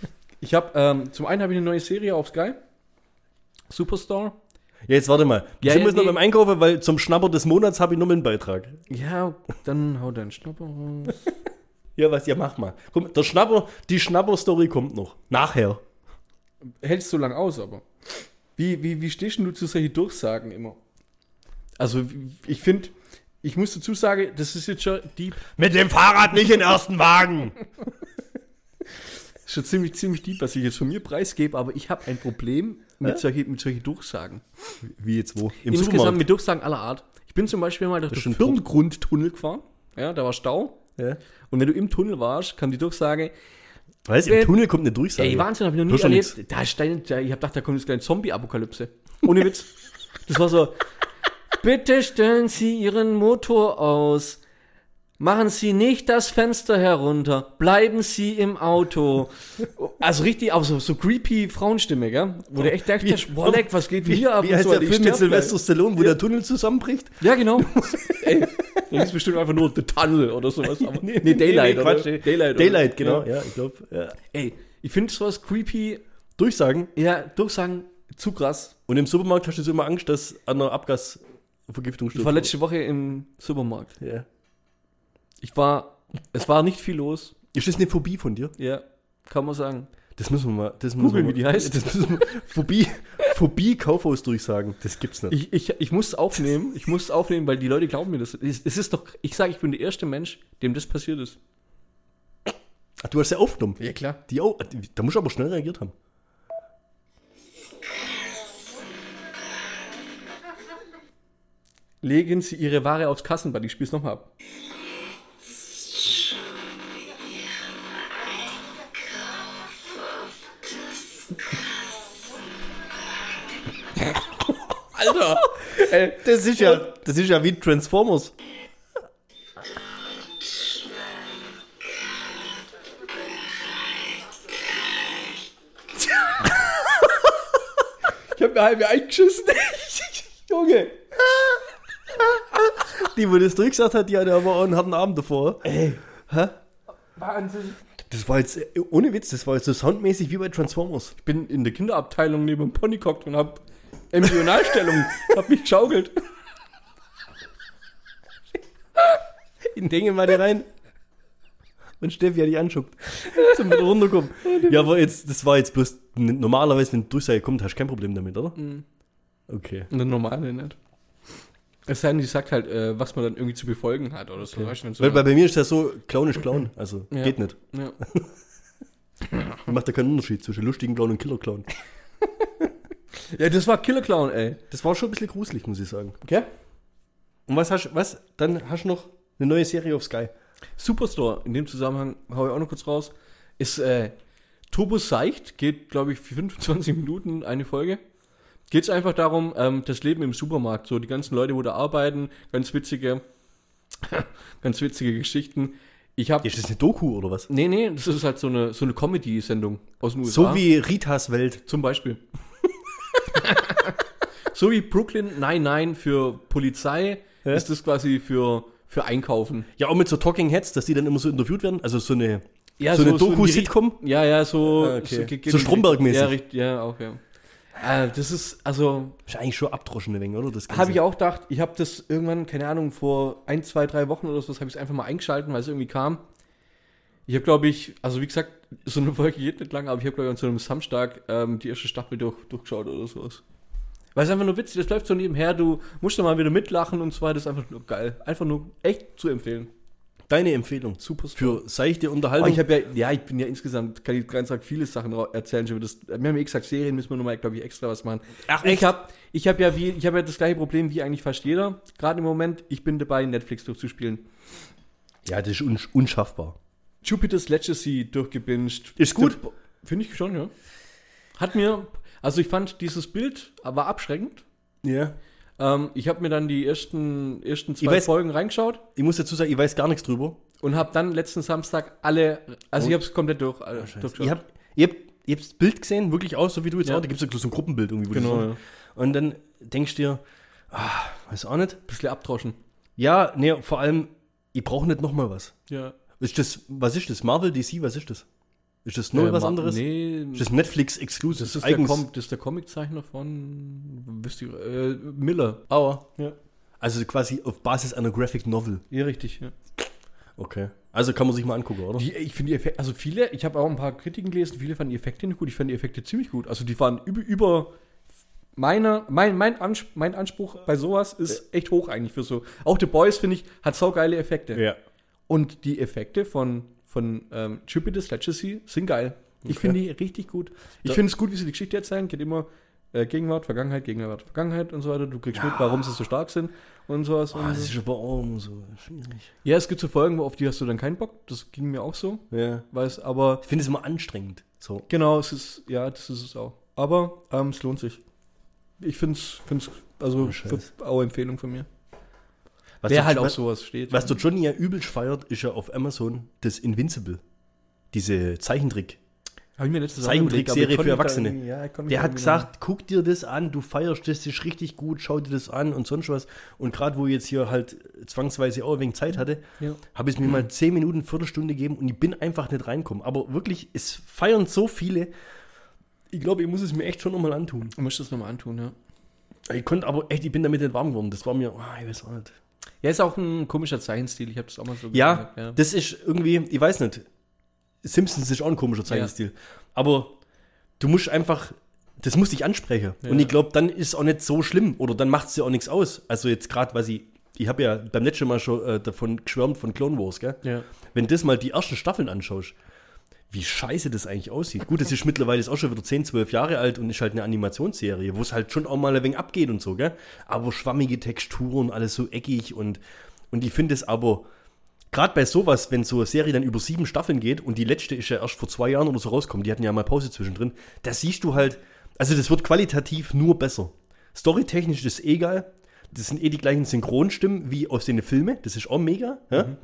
S2: <laughs> ich habe, ähm, zum einen habe ich eine neue Serie auf Sky. Superstore.
S1: Ja, jetzt warte mal.
S2: Ja,
S1: sind wir
S2: ja,
S1: jetzt noch
S2: nee.
S1: beim Einkaufen, weil zum Schnapper des Monats habe ich nochmal einen Beitrag.
S2: Ja, dann hau deinen Schnapper raus.
S1: Ja, was, ja, mach mal. Komm, der Schnapper, die Schnapper-Story kommt noch. Nachher.
S2: Hältst du lang aus, aber. Wie, wie, wie stehst denn du zu solchen Durchsagen immer? Also, ich finde, Ich muss dazu sagen, das ist jetzt schon deep,
S1: Mit dem Fahrrad nicht in den ersten Wagen.
S2: schon ziemlich, ziemlich deep, was ich jetzt von mir preisgebe, aber ich habe ein Problem mit, solchen mit solchen Durchsagen.
S1: Wie jetzt wo? Im
S2: Insgesamt
S1: Supermarkt.
S2: mit Durchsagen aller Art. Ich bin zum Beispiel mal durch den
S1: schon tot.
S2: Firmengrundtunnel gefahren. Ja, da war Stau.
S1: Ja.
S2: Und wenn du im Tunnel warst, kam die Durchsage,
S1: Weißt du, im Tunnel kommt eine Durchsage.
S2: Ey, Wahnsinn, hab ich noch nie
S1: Hörst du
S2: erlebt. Da ist dein, da, ich hab gedacht, da kommt jetzt gleich eine Zombie-Apokalypse. Ohne Witz. Das war so. Bitte stellen Sie Ihren Motor aus. Machen Sie nicht das Fenster herunter. Bleiben Sie im Auto. Also richtig, auch so, so creepy Frauenstimme, gell? Wo du echt
S1: Wie-
S2: denkst, boah, leck, was geht hier ab?
S1: Wie
S2: und
S1: heißt
S2: so,
S1: der
S2: die
S1: Film mit
S2: sterben gleich.
S1: Sylvester Stallone, wo der Tunnel zusammenbricht? <laughs>
S2: Ja, genau. Ey, da ist bestimmt einfach nur The Tunnel oder sowas. Aber, nee, Daylight,
S1: nee,
S2: oder?
S1: Quatsch, nee.
S2: Daylight,
S1: Daylight,
S2: oder?
S1: genau. Ja, ich glaube. Ja.
S2: Ja. Ey, ich finde sowas creepy
S1: Durchsagen.
S2: Ja, Durchsagen, zu krass.
S1: Und im Supermarkt hast du so immer Angst, dass an einer Abgasvergiftung
S2: Ich war letzte Woche im Supermarkt.
S1: Ja.
S2: Ich war, es war nicht viel los.
S1: Ist das eine Phobie von dir?
S2: Ja, kann man sagen.
S1: Das müssen wir mal. Das müssen
S2: Googeln,
S1: wir mal,
S2: wie die heißt.
S1: Das müssen wir, Phobie, Phobie Kaufhaus durchsagen. Das gibt's nicht.
S2: Ich, ich, ich muss es aufnehmen, ich muss es aufnehmen, weil die Leute glauben mir das. Es, es ist doch, ich sage, ich bin der erste Mensch, dem das passiert ist.
S1: Ach, du hast ja aufgenommen.
S2: klar.
S1: Die au da musst du aber schnell reagiert haben.
S2: Legen Sie Ihre Ware aufs Kassenband, ich spiel's nochmal ab. Alter! Ey,
S1: Das ist ja, das ist ja wie Transformers.
S2: ich hab mir halb eingeschissen. <laughs> Junge!
S1: Die, wo das durchgesagt hat, die hatte aber auch einen harten Abend davor.
S2: Wahnsinn!
S1: Das war jetzt, äh, ohne Witz, das war jetzt so soundmäßig wie bei Transformers.
S2: bin in der Kinderabteilung neben dem Pony gehockt und hab Embryonalstellung, hab mich geschaukelt.
S1: In Dinge mal da rein. Und Steffi hat dich anschuckt. Zum wieder <laughs> runterkommen. Ja, aber jetzt, das war jetzt bloß, n- normalerweise, wenn du Durchsage kommt, hast du kein Problem damit, oder? Okay.
S2: Eine normale nicht. Es sei denn, die sagt halt, äh, was man dann irgendwie zu befolgen hat oder so. Weißt du, wenn so
S1: Weil bei, bei mir ist das so, Clown ist Clown. Also,
S2: Ja.
S1: geht nicht.
S2: ja.
S1: Macht da keinen Unterschied zwischen lustigen Clown und Killer Clown.
S2: ja, das war Killer Clown, ey.
S1: Das war schon ein bisschen gruselig, muss ich sagen.
S2: Okay?
S1: Und was hast was? Dann hast du noch eine neue Serie auf Sky.
S2: Superstore, in dem Zusammenhang hau ich auch noch kurz raus, ist äh, Turbo Seicht, geht, glaube ich, 25 Minuten eine Folge. Geht es einfach darum, ähm, das Leben im Supermarkt, so die ganzen Leute, wo da arbeiten, ganz witzige, <laughs> ganz witzige Geschichten. Ich habe
S1: Ja, Ist das eine Doku oder was?
S2: Nee, nee, das ist halt so eine, so eine Comedy-Sendung aus den USA.
S1: So wie Ritas Welt.
S2: Zum Beispiel. <laughs> so wie Brooklyn 99 für Polizei
S1: Hä?
S2: ist das quasi für, für Einkaufen.
S1: Ja, auch mit so Talking Heads, dass die dann immer so interviewt werden. Also so eine,
S2: Ja,
S1: so eine
S2: so- so
S1: Doku-Sitcom.
S2: Ja, ja, so.
S1: Ah, okay.
S2: ge- ge-
S1: So Stromberg-mäßig.
S2: Ja, richtig, ja, auch, ja. Äh, das ist, also,
S1: Ist eigentlich schon abdroschene Menge, oder? Das
S2: habe ich auch gedacht, ich habe das irgendwann, keine Ahnung, vor ein, zwei, drei Wochen oder so, habe ich es einfach mal eingeschalten, weil es irgendwie kam. Ich habe, glaube ich, also wie gesagt, so eine Folge geht nicht lang, aber ich habe, glaube ich, an so einem Samstag ähm, die erste Staffel durch, durchgeschaut oder sowas. Weil es einfach nur witzig, das läuft so nebenher, du musst da mal wieder mitlachen und zwar, das ist einfach nur geil. Einfach nur echt zu empfehlen.
S1: Deine Empfehlung
S2: Super Also
S1: für seichte
S2: Aber
S1: Unterhaltung.
S2: Oh, ich habe ja, ja, ich bin ja insgesamt, kann ich ganz arg viele Sachen ra- erzählen. schon wieder. Das, wir haben ja eh gesagt, Serien müssen wir nochmal, glaube ich, extra was machen.
S1: Ach,
S2: Ich habe ich hab ja, wie, ich hab ja das gleiche Problem wie eigentlich fast jeder. Gerade im Moment, ich bin dabei, Netflix durchzuspielen.
S1: ja, das ist unsch- unschaffbar.
S2: Jupiter's Legacy durchgebinged.
S1: Ist gut.
S2: Finde ich schon, ja. Hat mir, also ich fand dieses Bild war abschreckend.
S1: Ja.
S2: Ähm, ich habe mir dann die ersten, ersten zwei
S1: weiß-
S2: Folgen reingeschaut
S1: Ich muss dazu sagen, ich weiß gar nichts drüber.
S2: und habe dann letzten Samstag alle, also
S1: Oh.
S2: ich habe es komplett durch, äh,
S1: Ich
S2: durchgeschaut.
S1: habe ich hab, ich hab das Bild gesehen, wirklich aus, so wie du jetzt
S2: Ja.
S1: auch. Da gibt es so ein Gruppenbild irgendwie. Wo die
S2: Genau,
S1: sind.
S2: ja.
S1: Und dann denkst du dir, ah, weiß auch nicht.
S2: Bisschen abdroschen.
S1: Ja, nee, vor allem, ich brauche nicht nochmal was.
S2: Ja.
S1: Ist das, was ist das? Marvel, DC, was ist das? Ist das neu was
S2: Äh, Ma-
S1: anderes?
S2: Nee,
S1: Ist das Netflix Exclusive?
S2: das, ist der Com das ist der Comiczeichner von wisst ihr, äh, Miller.
S1: Aua.
S2: Ja.
S1: Also quasi auf Basis einer Graphic Novel.
S2: Ja, richtig. Ja.
S1: Okay. Also kann man sich mal angucken, oder?
S2: Die, ich finde die Effekte, also viele, ich habe auch ein paar Kritiken gelesen, viele fanden die Effekte nicht gut. Ich fand die Effekte ziemlich gut. Also die waren über, über meiner, mein, mein, Ans mein Anspruch bei sowas ist echt hoch eigentlich für so. Auch The Boys, finde ich, hat saugeile Effekte.
S1: Ja.
S2: Und die Effekte von, von ähm, Jupiter's Legacy sind geil. Ich finde die richtig gut. Ich
S1: Da-
S2: finde es gut, wie sie die Geschichte erzählen. Geht immer äh, Gegenwart, Vergangenheit, Gegenwart, Vergangenheit und so weiter. Du kriegst mit, warum sie so stark sind und sowas.
S1: Ah,
S2: und
S1: das
S2: so.
S1: ist aber auch immer so schwierig.
S2: Ja, es gibt so Folgen, wo auf die hast du dann keinen Bock. Das ging mir auch so.
S1: Ja.
S2: Weiß, aber
S1: Ich finde es immer anstrengend. So.
S2: genau, es ist, ja, das ist es auch. Aber ähm, es lohnt sich. Ich finde es, find's, also
S1: Oh, Scheiß.
S2: für- auch Empfehlung von mir.
S1: Was
S2: Wer
S1: du-
S2: halt auf
S1: was-
S2: sowas steht.
S1: Was der Johnny ja übelst feiert, ist ja auf Amazon das Invincible. Diese Zeichentrick.
S2: Habe ich mir letztes
S1: Zeichentrickserie
S2: überlegt, aber ich
S1: für
S2: konnte mich da
S1: Erwachsene.
S2: irgendwie- Ja, ich konnte mich
S1: Der
S2: da
S1: hat
S2: irgendwie noch-
S1: gesagt, guck dir das an, du feierst das, das ist richtig gut, schau dir das an und sonst was. Und gerade wo ich jetzt hier halt zwangsweise auch wegen Zeit hatte,
S2: Ja.
S1: habe ich es mir mal 10 Minuten, Viertelstunde gegeben und ich bin einfach nicht reinkommen. Aber wirklich, es feiern so viele. Ich glaube, ich muss es mir echt schon nochmal antun.
S2: Du musst das nochmal antun, ja.
S1: Ich konnte aber echt, ich bin damit nicht warm geworden. Das war mir, ah, ich weiß auch nicht.
S2: Ja, ist auch ein komischer Zeichenstil. Ich habe das auch mal so
S1: Ja,
S2: gesagt. Ja.
S1: das ist irgendwie, ich weiß nicht. Simpsons ist auch ein komischer Zeichenstil. Aber du musst einfach, das muss dich ansprechen.
S2: Ja.
S1: Und ich glaube, dann ist es auch nicht so schlimm oder dann macht es dir auch nichts aus. Also jetzt gerade, was ich, ich habe ja beim letzten Mal schon äh, davon geschwärmt von Clone Wars, gell?
S2: Ja.
S1: Wenn das mal die ersten Staffeln anschaust, wie scheiße das eigentlich aussieht. Gut, das ist mittlerweile ist auch schon wieder 10, 12 Jahre alt und ist halt eine Animationsserie, wo es halt schon auch mal ein wenig abgeht und so, gell? Aber schwammige Texturen, alles so eckig und, und ich finde es aber, gerade bei sowas, wenn so eine Serie dann über sieben Staffeln geht und die letzte ist ja erst vor zwei Jahren oder so rausgekommen, die hatten ja mal Pause zwischendrin, da siehst du halt, also das wird qualitativ nur besser. Storytechnisch ist eh geil. Das sind eh die gleichen Synchronstimmen wie aus den Filmen. Das ist auch mega. Ja?
S2: Mhm.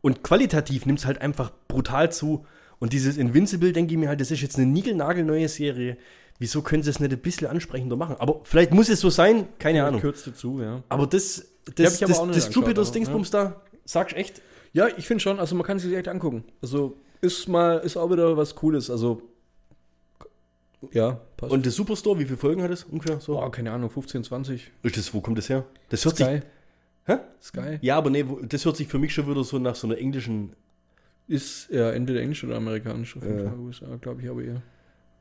S1: Und qualitativ nimmt es halt einfach brutal zu. Und dieses Invincible, denke ich mir halt, das ist jetzt eine niegelnagelneue Serie. Wieso können sie es nicht ein bisschen ansprechender machen? Aber vielleicht muss es so sein, keine Ahnung.
S2: Kürzte zu, ja.
S1: Aber das,
S2: Die hab
S1: das,
S2: ich aber
S1: das,
S2: auch nicht
S1: das
S2: angeschaut,
S1: Jupiters
S2: aber,
S1: Dingsbums da, sagst echt,
S2: Ja, ich finde schon, also man kann sich direkt angucken. Also ist mal, ist auch wieder was Cooles. Also ja, passt.
S1: Und der Superstore, wie viele Folgen hat es ungefähr? So?
S2: Also Boah, Oh, keine Ahnung, 15, 20.
S1: Ist das, wo kommt das her? Das hört sich.
S2: Sky.
S1: Hä?
S2: Sky.
S1: Ja, aber nee, wo- das hört sich für mich schon wieder so nach so einer englischen.
S2: Ist ja entweder englisch oder amerikanisch. Auf jeden
S1: Ja.
S2: Fall USA, glaube ich, aber eher.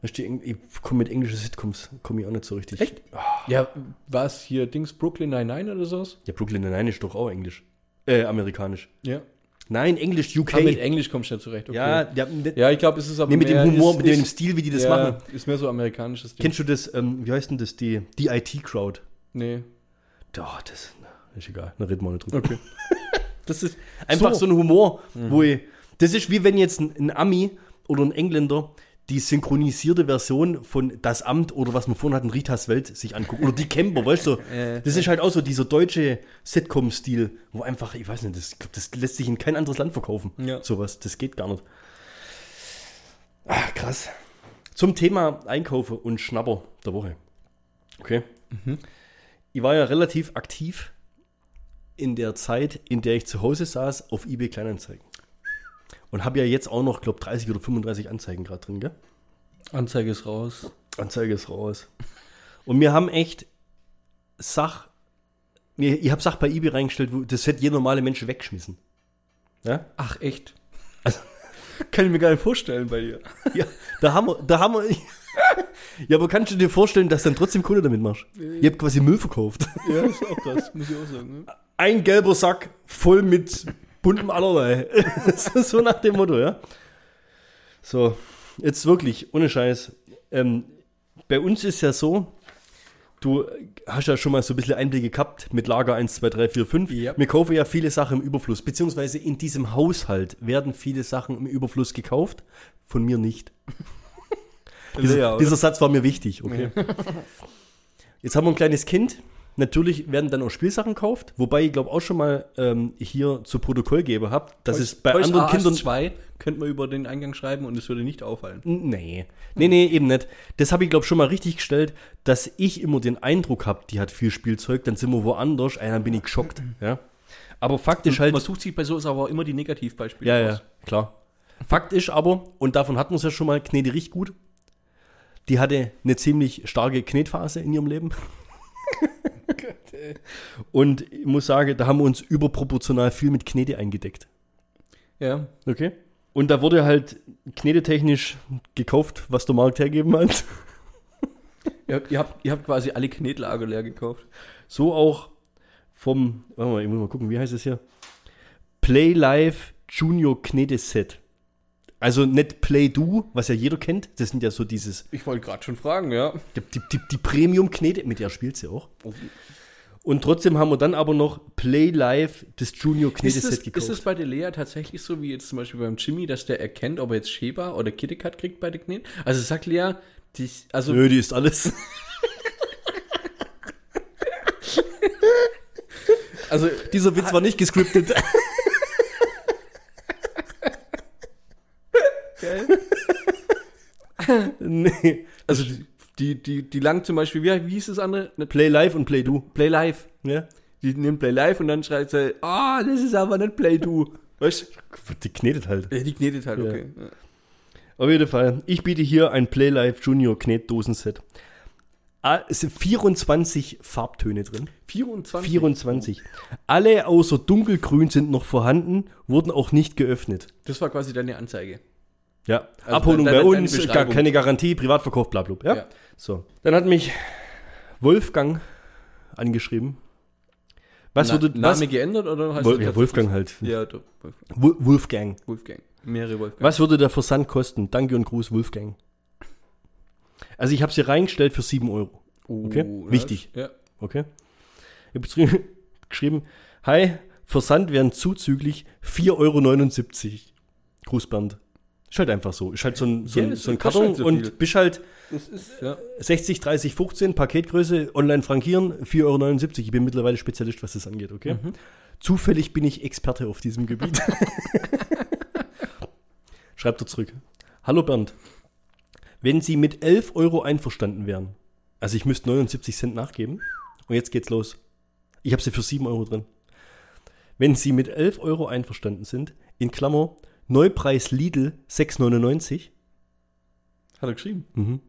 S1: Weißt du, ich komme mit englischen Sitcoms komme ich auch nicht so richtig.
S2: Echt? Ja, war es hier Dings Brooklyn 99 oder sowas?
S1: Ja, Brooklyn Nine ist doch auch englisch. Äh, amerikanisch.
S2: Ja.
S1: Nein, englisch, UK.
S2: Ah, mit Englisch kommst du ja zurecht, okay.
S1: Ja, die haben nicht-
S2: Ja, ich glaube, es ist aber
S1: nee, mit dem
S2: mehr-
S1: Humor,
S2: ist,
S1: mit dem
S2: ist,
S1: Stil, wie die das
S2: ja,
S1: machen.
S2: Ist mehr so amerikanisches Ding.
S1: Kennst du das, ähm, wie heißt denn das, die, die IT-Crowd?
S2: Nee.
S1: Doch, das ist egal, da reden wir nicht drüber. <laughs>
S2: Okay.
S1: Das ist einfach so, ein Humor, wo ich, Das ist wie wenn jetzt ein, ein Ami oder ein Engländer die synchronisierte Version von Das Amt oder was wir vorhin hatten, Ritas Welt sich anguckt. Oder die Camper, weißt du?
S2: Äh,
S1: Das ist halt auch so dieser deutsche Sitcom-Stil, wo einfach, ich weiß nicht, das, ich glaub, das lässt sich in kein anderes Land verkaufen.
S2: Ja.
S1: Sowas, das geht gar nicht. Ah, krass. Zum Thema Einkaufe und Schnapper der Woche. Okay. Ich war ja relativ aktiv in der Zeit, in der ich zu Hause saß, auf eBay Kleinanzeigen. Und habe ja jetzt auch noch, glaube 30 oder 35 Anzeigen gerade drin, gell?
S2: Anzeige ist raus.
S1: Anzeige ist raus. Und wir haben echt Sach. mir- Ich habe Sach bei eBay reingestellt, wo- das hätte jeder normale Mensch weggeschmissen. Ja?
S2: Ach, echt?
S1: Also- <laughs>
S2: kann ich mir gar nicht vorstellen bei dir.
S1: Ja, da haben wir, da haben wir. <laughs> Ja, aber kannst du dir vorstellen, dass dann trotzdem Kohle damit machst? Ihr habt quasi Müll verkauft.
S2: <laughs> Ja, ist auch krass, muss ich auch sagen. Ne?
S1: Ein gelber Sack voll mit buntem Allerlei. <laughs> So- so nach dem Motto, ja. So, jetzt wirklich, ohne Scheiß. Ähm, bei uns ist ja so, du hast ja schon mal so ein bisschen Einblicke gehabt mit Lager 1, 2, 3, 4, 5.
S2: Ja.
S1: Wir kaufen ja viele Sachen im Überfluss, beziehungsweise in diesem Haushalt werden viele Sachen im Überfluss gekauft, von mir nicht. Dieser,
S2: Leer, oder?
S1: dieser Satz war mir wichtig, okay. <laughs> Jetzt haben wir ein kleines Kind. Natürlich werden dann auch Spielsachen gekauft, wobei ich glaube auch schon mal ähm, hier zu Protokoll gebe habe, dass es bei anderen Kindern
S2: 2 könnte man über den Eingang schreiben und es würde nicht auffallen.
S1: N- Nee. Nee, nee, eben nicht. Das habe ich, glaube schon mal richtig gestellt, dass ich immer den Eindruck habe, die hat viel Spielzeug, dann sind wir woanders, ey, dann bin ich geschockt. Ja. Aber Fakt ist halt.
S2: Man sucht sich bei sowas aber auch immer die Negativbeispiele
S1: Ja,
S2: raus.
S1: ja, klar. Fakt ist aber, und davon hatten wir es ja schon mal, Knete riecht gut. Die hatte eine ziemlich starke Knetphase in ihrem Leben. und ich muss sagen, da haben wir uns überproportional viel mit Knete eingedeckt.
S2: Ja.
S1: Okay. Und da wurde halt knedetechnisch gekauft, was der Markt hergeben hat.
S2: ja. Ihr, ihr, habt, ihr habt quasi alle Knetlager leer gekauft.
S1: So auch vom, warte mal, ich muss mal gucken, wie heißt es hier? Play Life Junior Knete Set. Also nicht Play Do, was ja jeder kennt. Das sind ja so dieses,
S2: Ich wollte gerade schon fragen, ja.
S1: die, die, die, die Premium Knete, mit der spielst du ja auch. Und trotzdem haben wir dann aber noch Play Life das Junior Knete
S2: Ist es,
S1: Set gekauft.
S2: ist es bei der Lea tatsächlich so, wie jetzt zum Beispiel beim Jimmy, dass der erkennt, ob er jetzt Sheba oder Kittekat kriegt bei der Knete? Also sagt Lea, die, also
S1: Nö, die ist alles.
S2: Also,
S1: Dieser Witz war nicht gescriptet. <laughs> nee.
S2: also die, die, die, die langt zum Beispiel, wie, wie hieß das andere? Nicht
S1: Play Live und Play Do.
S2: Play Live.
S1: Ja.
S2: Die nimmt Play Live und dann schreit sie, ah, das ist aber nicht Play Do. Weißt du?
S1: Die knetet halt.
S2: Ja, Die knetet halt, okay. Ja.
S1: Auf jeden Fall. Ich biete hier ein Play Live Junior Knetdosenset. Ah, Es sind 24 Farbtöne drin.
S2: 24.
S1: 24. Alle außer dunkelgrün sind noch vorhanden, wurden auch nicht geöffnet.
S2: Das war quasi deine Anzeige.
S1: Ja,
S2: Also
S1: Abholung
S2: deine-
S1: bei
S2: deine
S1: uns, gar
S2: Beschreibung.
S1: keine Garantie, Privatverkauf, bla bla. Ja?
S2: Ja.
S1: So. Dann hat mich Wolfgang angeschrieben. Was
S2: Na-
S1: würde.
S2: Name
S1: Was,
S2: geändert oder heißt
S1: Wol
S2: du
S1: ja,
S2: das-
S1: Wolfgang halt.
S2: Ja, du- Wolfgang.
S1: Wol- Wolfgang.
S2: Wolfgang. Mehrere Wolfgang.
S1: Was würde der Versand kosten? Danke und Gruß, Wolfgang. Also ich habe sie reingestellt für 7 Euro. okay,
S2: das-
S1: wichtig.
S2: Oh, Ja.
S1: Okay. Ich habe <laughs> geschrieben, hi, Versand wären zuzüglich 4,79 Euro. Gruß Bernd. Ist halt einfach so. Ist halt so ein, so
S2: Ja,
S1: ein,
S2: es
S1: so ein
S2: kostet
S1: Karton
S2: halt so viel.
S1: und bist halt
S2: Das ist, ja.
S1: 60, 30, 15, Paketgröße, online frankieren, 4,79 Euro. Ich bin mittlerweile Spezialist, was das angeht, okay? Zufällig bin ich Experte auf diesem Gebiet. Schreibt er zurück. Hallo Bernd, wenn Sie mit 11 Euro einverstanden wären, also ich müsste 79 Cent nachgeben, und jetzt geht's los. Ich habe sie für 7 Euro drin. Wenn Sie mit 11 Euro einverstanden sind, in Klammer, Neupreis Lidl 6,99,
S2: Hat er geschrieben.
S1: Mhm.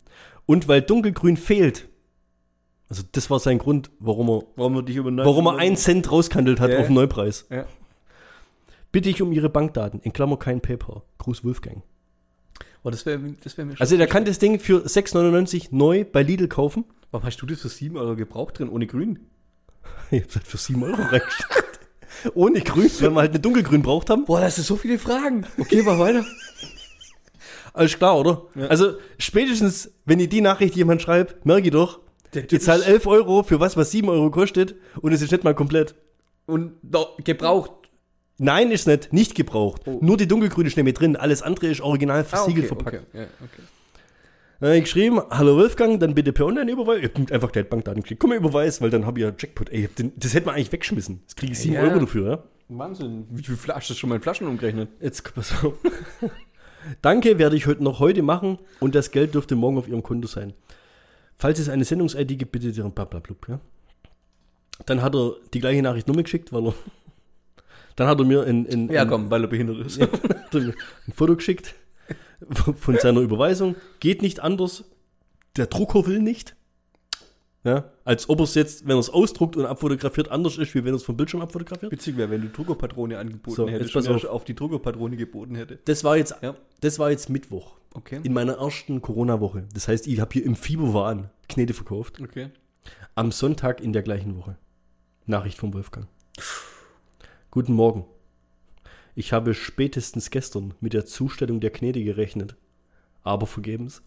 S1: und weil dunkelgrün fehlt. Also das war sein Grund, warum er,
S2: Warum wir dich übernommen
S1: warum er einen Cent rauskandelt hat
S2: Ja.
S1: auf den Neupreis.
S2: Ja.
S1: Bitte ich um Ihre Bankdaten, in Klammer kein PayPal. Gruß Wolfgang.
S2: Oh, das wäre das wär mir
S1: Also der kann das Ding für 6,99 neu bei Lidl kaufen. <laughs>
S2: Warum hast du das für 7 Euro gebraucht drin, ohne Grün?
S1: Ich hab's halt für 7 Euro
S2: <laughs>
S1: reingestellt. Ohne grün, wenn wir halt eine dunkelgrün braucht haben.
S2: Boah, das sind so viele Fragen. Okay, mach weiter.
S1: <laughs> Alles klar, oder?
S2: Ja.
S1: Also spätestens, wenn ihr die Nachricht jemand schreibt, merke ich doch,
S2: Der
S1: ihr
S2: Typ
S1: zahlt
S2: ist-
S1: 11 Euro für was, was 7 Euro kostet und es ist nicht mal komplett.
S2: Und doch, gebraucht.
S1: Nein, ist nicht. Nicht gebraucht.
S2: Oh. Ah,
S1: Nur die dunkelgrüne ist nämlich drin. Alles andere ist original versiegelt verpackt.
S2: Okay. Ja, okay.
S1: Dann habe ich geschrieben, hallo Wolfgang, dann bitte per Online überweisen. Ich hab einfach gleich Bankdaten gekriegt. Komm, mir überweis, weil dann hab ich ja Jackpot. Ey, ich hab den- das hätte man eigentlich wegschmissen. Das kriege ich 7
S2: Ja.
S1: Euro dafür, ja?
S2: Wahnsinn. Wie viel Flaschen? Hast du schon mal in Flaschen umgerechnet?
S1: Jetzt, pass auf. <laughs> Danke, werde ich heute noch heute machen und das Geld dürfte morgen auf Ihrem Konto sein. Falls es eine Sendungs-ID gibt, um bitte deren blablablub, ja. Dann hat er die gleiche Nachricht nochmal geschickt, weil er. <laughs> Dann hat er mir in, in,
S2: Ja,
S1: in,
S2: komm, Hm. weil er behindert ist.
S1: hat er mir ein Foto geschickt von seiner Überweisung. Geht nicht anders. Der Drucker will nicht. Ja, als ob er es jetzt, wenn er es ausdruckt und abfotografiert, anders ist, wie wenn er es vom Bildschirm abfotografiert.
S2: <laughs> Witzig wäre, wenn du Druckerpatrone angeboten
S1: So, jetzt
S2: hättest
S1: pass
S2: und er
S1: auf.
S2: auf die Druckerpatrone geboten hätte.
S1: Das war jetzt,
S2: Ja.
S1: das war jetzt Mittwoch
S2: Okay.
S1: in meiner ersten Corona-Woche. Das heißt, ich habe hier im Fieberwahn Knete verkauft.
S2: okay.
S1: Am Sonntag in der gleichen Woche. Nachricht von Wolfgang. Guten Morgen. Ich habe spätestens gestern mit der Zustellung der Knete gerechnet. Aber vergebens.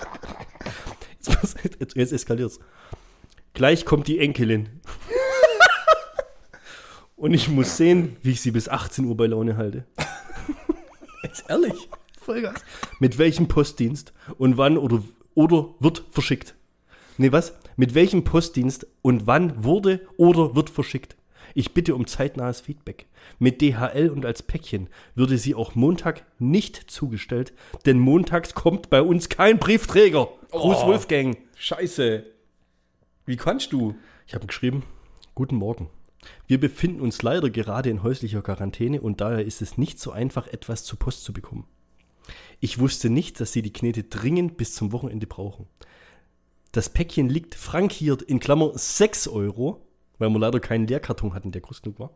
S1: <laughs> Jetzt, pass- jetzt, jetzt eskaliert's. Gleich kommt die Enkelin. Und ich muss sehen, wie ich sie bis 18 Uhr bei Laune halte. Jetzt ehrlich. Vollgas. Mit welchem Postdienst und wann oder, oder wird verschickt. Nee, was? Mit welchem Postdienst und wann wurde oder wird verschickt? Ich bitte um zeitnahes Feedback. Mit DHL und als Päckchen würde sie auch Montag nicht zugestellt, denn montags kommt bei uns kein Briefträger. Gruß
S2: Oh.
S1: Wolfgang.
S2: Scheiße. Wie kannst du?
S1: Ich habe geschrieben, guten Morgen. Wir befinden uns leider gerade in häuslicher Quarantäne und daher ist es nicht so einfach, etwas zur Post zu bekommen. Ich wusste nicht, dass Sie die Knete dringend bis zum Wochenende brauchen. Das Päckchen liegt frankiert in Klammer 6 Euro, weil wir leider keinen Leerkarton hatten, der groß genug war,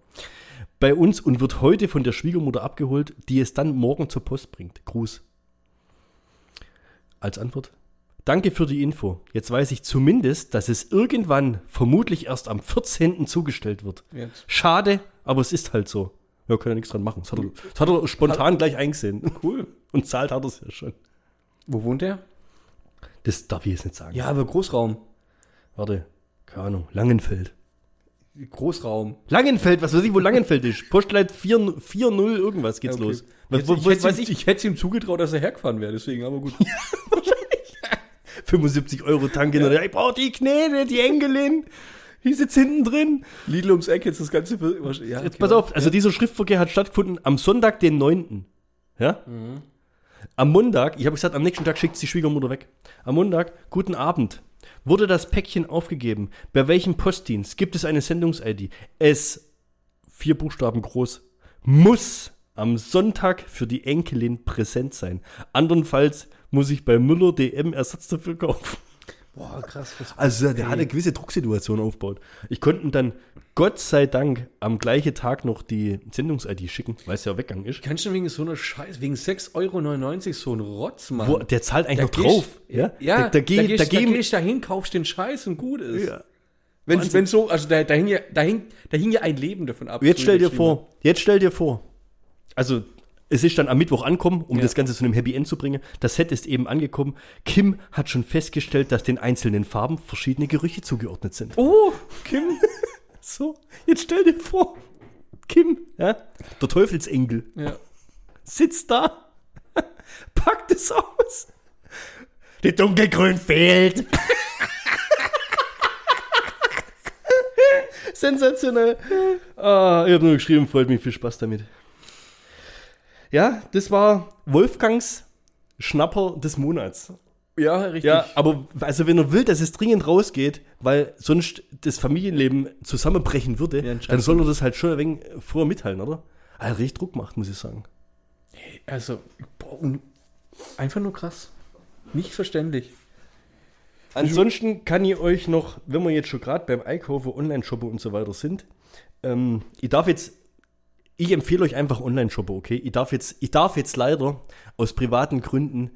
S1: bei uns und wird heute von der Schwiegermutter abgeholt, die es dann morgen zur Post bringt. Gruß. Als Antwort, Danke für die Info. Jetzt weiß ich zumindest, dass es irgendwann, vermutlich erst am 14. zugestellt wird.
S2: Jetzt.
S1: Schade, aber es ist halt so. Wir können ja nichts dran machen. Das hat er, das hat er spontan gleich eingesehen.
S2: <laughs> Cool.
S1: Und zahlt hat er es ja schon.
S2: Wo wohnt er?
S1: Das darf ich jetzt nicht sagen.
S2: Ja, aber Großraum.
S1: Warte, keine Ahnung. Langenfeld.
S2: Großraum.
S1: Langenfeld, was weiß ich, wo Langenfeld ist. Postleitzahl 4 40 irgendwas geht's
S2: Okay.
S1: los.
S2: Jetzt,
S1: Was, wo,
S2: ich
S1: wo,
S2: hätte
S1: weiß
S2: ihm,
S1: ich,
S2: ich hätte ihm zugetraut, dass er hergefahren wäre, deswegen, aber gut.
S1: 75 Euro Tank hin. Ja. Ich brauche die Knete, die Enkelin. Die sitzt hinten drin.
S2: Lidl ums Eck, jetzt das Ganze. Für, ja,
S1: Jetzt pass auf, also dieser Schriftverkehr hat stattgefunden am Sonntag, den 9. Ja?
S2: Mhm.
S1: Am Montag, ich habe gesagt, am nächsten Tag schickt die Schwiegermutter weg. Am Montag, guten Abend. Wurde das Päckchen aufgegeben? Bei welchem Postdienst? Gibt es eine Sendungs-ID? Es, vier Buchstaben groß, muss am Sonntag für die Enkelin präsent sein. Andernfalls muss ich bei Müller DM Ersatz dafür kaufen.
S2: Boah, krass. Was
S1: Also der hat eine gewisse Drucksituation aufgebaut. Ich konnte ihm dann Gott sei Dank am gleichen Tag noch die Sendungs-ID schicken, weil es ja weggegangen ist.
S2: Kannst du wegen so einer Scheiß, wegen 6,99 Euro so einen Rotz machen?
S1: Wo, der zahlt eigentlich noch
S2: gehst-
S1: drauf. Ja,
S2: Ja,
S1: da, da, geh- da,
S2: gehst- da
S1: geh-
S2: gehst du dahin, kaufst den Scheiß und gut ist.
S1: Ja.
S2: Wenn,
S1: Wahnsinn.
S2: wenn so, also da, da, hing ja, da, hing, da hing ja ein Leben davon ab.
S1: Jetzt
S2: so
S1: stell dir
S2: geschrieben
S1: vor, jetzt stell dir vor, also es ist dann am Mittwoch ankommen, um
S2: Ja.
S1: das Ganze zu einem Happy End zu bringen. Das Set ist eben angekommen. Kim hat schon festgestellt, dass den einzelnen Farben verschiedene Gerüche zugeordnet sind.
S2: hat. Oh, Kim.
S1: so, jetzt stell dir vor, Kim, ja, der Teufelsengel.
S2: ja.
S1: sitzt da, <laughs> packt es aus. Die dunkelgrün fehlt. Sensationell. Ah, ich habe nur geschrieben, freut mich, viel Spaß damit. Ja, das war Wolfgangs Schnapper des Monats.
S2: ja, richtig.
S1: Ja, aber also wenn er will, dass es dringend rausgeht, weil sonst das Familienleben zusammenbrechen würde,
S2: Ja, anscheinend
S1: dann soll er das halt schon ein wenig vorher mitteilen, oder? Er hat richtig Druck gemacht, muss ich sagen.
S2: Also, boah, und einfach nur krass. Nicht verständlich.
S1: Ansonsten kann ich euch noch, wenn wir jetzt schon gerade beim Einkaufen, Online-Shoppen und so weiter sind, ähm, ich darf jetzt, ich empfehle euch einfach Online-Shoppen, okay? Ich darf, jetzt, ich darf jetzt leider aus privaten Gründen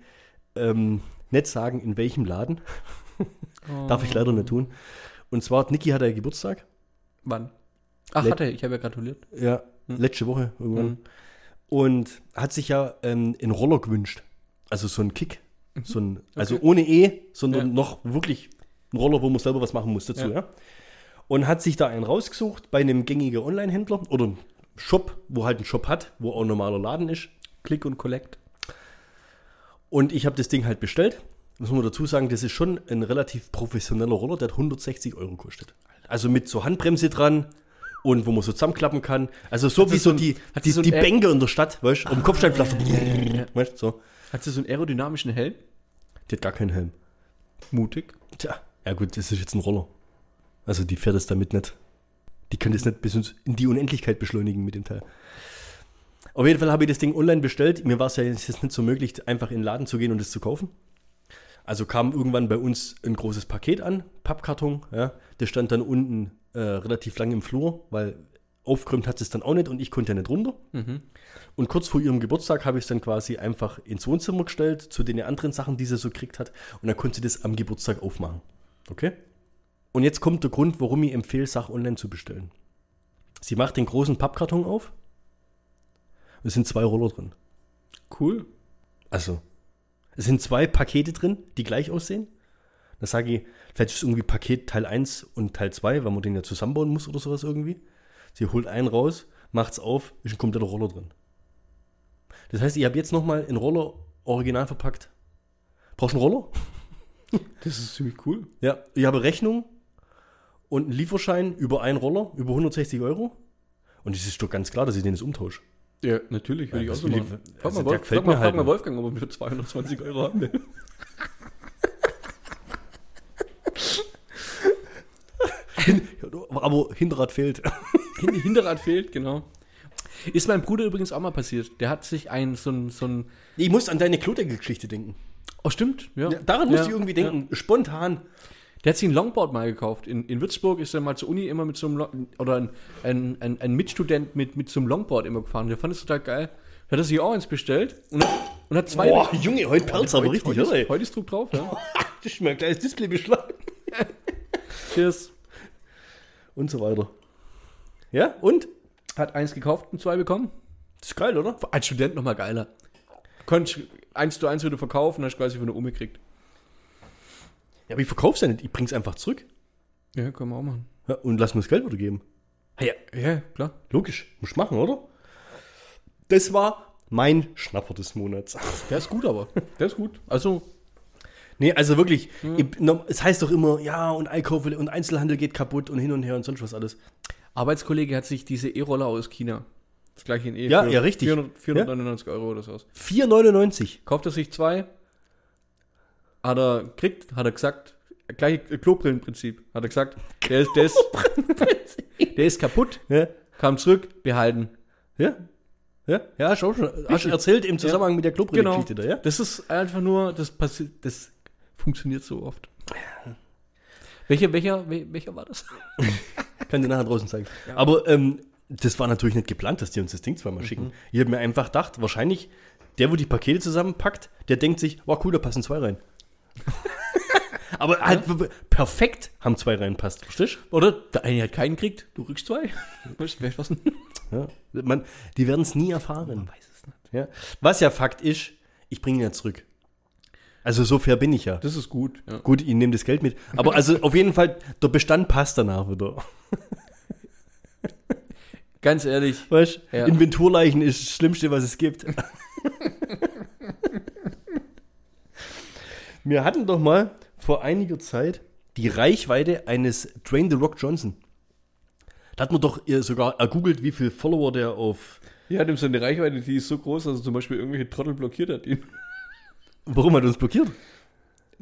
S1: ähm, nicht sagen, in welchem Laden. <laughs> Darf ich leider nicht tun. Und zwar, Niki hatte ja Geburtstag.
S2: Wann? Ach,
S1: Le-
S2: hat er, ich habe ja gratuliert.
S1: Ja,
S2: Hm.
S1: letzte Woche irgendwann. Und hat sich ja ähm, einen Roller gewünscht. Also so ein Kick. So ein, Also ohne E, sondern
S2: Mhm. Ja.
S1: noch wirklich ein Roller, wo man selber was machen muss dazu.
S2: Ja.
S1: Ja. Und hat sich da einen rausgesucht bei einem gängigen Online-Händler oder einem Shop, wo halt ein Shop hat, wo auch ein normaler Laden ist.
S2: Click und Collect.
S1: Und ich habe das Ding halt bestellt. Muss man dazu sagen, das ist schon ein relativ professioneller Roller, der hat 160 Euro gekostet. Also mit so Handbremse dran und wo man so zusammenklappen kann. Also so wie
S2: das
S1: so
S2: so ein-
S1: die,
S2: hat das
S1: die,
S2: so ein
S1: die
S2: App- Ah.
S1: Bänke in der Stadt, weißt du, um Kopfsteinpflaster.
S2: <laughs>
S1: Weißt du, so.
S2: Hat sie so einen aerodynamischen Helm?
S1: Die hat gar keinen Helm.
S2: Mutig.
S1: Tja, ja gut, das ist jetzt ein Roller. Also die fährt es damit nicht. Die können das nicht bis ins- in die Unendlichkeit beschleunigen mit dem Teil. Auf jeden Fall habe ich das Ding online bestellt. Mir war es ja jetzt nicht so möglich, einfach in den Laden zu gehen und es zu kaufen. Also kam irgendwann bei uns ein großes Paket an, Pappkarton. Ja. Das stand dann unten äh, relativ lang im Flur, weil aufgeräumt hat es dann auch nicht und ich konnte ja nicht runter. Und kurz vor ihrem Geburtstag habe ich es dann quasi einfach ins Wohnzimmer gestellt, zu den anderen Sachen, die sie so gekriegt hat. Und dann konnte sie das am Geburtstag aufmachen. Okay? Und jetzt kommt der Grund, warum ich empfehle, Sachen online zu bestellen. Sie macht den großen Pappkarton auf. Es sind zwei Roller drin.
S2: Cool.
S1: Also, es sind zwei Pakete drin, die gleich aussehen. Da sage ich, vielleicht ist es irgendwie Paket Teil 1 und Teil 2, weil man den ja zusammenbauen muss oder sowas irgendwie. Sie holt einen raus, macht's auf, ist ein kompletter Roller drin. Das heißt, ich habe jetzt nochmal einen Roller original verpackt. Brauchst du einen Roller?
S2: Das ist ziemlich cool.
S1: Ja, ich habe Rechnung und einen Lieferschein über einen Roller, über 160 Euro. Und es ist doch ganz klar, dass ich den jetzt umtausche.
S2: Ja, natürlich, würde
S1: Ja,
S2: ich auch
S1: das
S2: so
S1: will
S2: machen.
S1: ich-
S2: Frag,
S1: also
S2: mal,
S1: der
S2: Wolf,
S1: gefällt
S2: frag, mal,
S1: mir
S2: frag
S1: halt
S2: mal
S1: nicht.
S2: Wolfgang, ob er für 220
S1: <laughs>
S2: Euro haben will.
S1: Aber Hinterrad fehlt. <laughs>
S2: Hin- Hinterrad fehlt, genau. Ist meinem Bruder übrigens auch mal passiert. Der hat sich ein, so ein, so ein
S1: Ich muss an deine Klodeckel-Geschichte denken.
S2: oh stimmt, ja.
S1: Ja, daran musste
S2: Ja,
S1: ich irgendwie
S2: ja.
S1: denken. Spontan.
S2: Der hat sich ein Longboard mal gekauft. In, in Würzburg ist er mal zur Uni immer mit so einem, Long oder ein, ein, ein, ein Mitstudent mit, mit so einem Longboard immer gefahren. Der fand es total geil. Da hat er sich auch eins bestellt und hat, und hat zwei.
S1: Junge, heute perlt's aber
S2: heute,
S1: richtig,
S2: heute,
S1: oder?
S2: ist, heute ist Druck drauf, ja.
S1: Das ist mein kleines Display beschlagen.
S2: Cheers.
S1: Und so weiter. Ja, und?
S2: Hat eins gekauft und zwei bekommen.
S1: Das ist geil, oder?
S2: Als Student nochmal geiler. Konntest eins zu eins wieder verkaufen, hast quasi von der Ume gekriegt.
S1: Ja, aber ich verkauf's ja nicht. Ich bring's einfach zurück.
S2: Ja, können wir auch machen.
S1: Ja, und lass mir das Geld wieder geben. Ja,
S2: Ja, klar.
S1: logisch. Muss ich machen, oder? Das war mein Schnapper des Monats.
S2: Der ist gut, aber. Der ist gut. Also,
S1: Nee, also wirklich,
S2: Hm.
S1: ich- no- es heißt doch immer, ja, und Einkauf und Einzelhandel geht kaputt und hin und her und sonst was alles.
S2: Arbeitskollege hat sich diese E-Roller aus China. Das gleiche in E.
S1: Ja,
S2: für
S1: ja, richtig.
S2: 400, 499 Euro oder so. aus.
S1: 4,99.
S2: Kauft er sich zwei, hat er kriegt, hat er gesagt, gleich Klobrillenprinzip, hat er gesagt, der ist, der ist, der ist kaputt,
S1: Ja,
S2: kam zurück, behalten.
S1: ja, ja, ja, schon, schon. Hast du erzählt im Zusammenhang mit der Klobrille-Geschichte da, ja?
S2: Genau. Das ist einfach nur, das passiert, das funktioniert so oft. Welcher, welcher, wel- welcher war das?
S1: Kann dir nachher draußen zeigen. Aber ähm, das war natürlich nicht geplant, dass die uns das Ding zweimal schicken. Ich habe mir einfach gedacht, wahrscheinlich der, wo die Pakete zusammenpackt, der denkt sich, wow, cool, da passen zwei rein. Aber halt w- w- perfekt haben zwei reinpasst, verstehst
S2: Oder? Der eine hat keinen gekriegt, du rückst zwei. <laughs> Weißt du, wer was denn?
S1: du? Ja. Man, die werden es nie erfahren.
S2: Weiß es nicht.
S1: Ja. Was ja Fakt ist, ich bringe ihn ja zurück. Also so fair bin ich ja.
S2: Das ist gut. Ja.
S1: Gut, ich nehme das Geld mit. Aber also auf jeden Fall, der Bestand passt danach wieder.
S2: Ganz ehrlich,
S1: Weißt du?
S2: Ja.
S1: Inventurleichen ist das Schlimmste, was es <laughs> gibt. Wir hatten doch mal vor einiger Zeit die Reichweite eines Drain the Rock Johnson. Da hat man doch äh, sogar ergoogelt, wie viel Follower der auf.
S2: Ja, hat ihm so eine Reichweite, die ist so groß, dass er zum Beispiel irgendwelche Trottel blockiert hat ihn.
S1: Warum hat er uns blockiert?
S2: <laughs>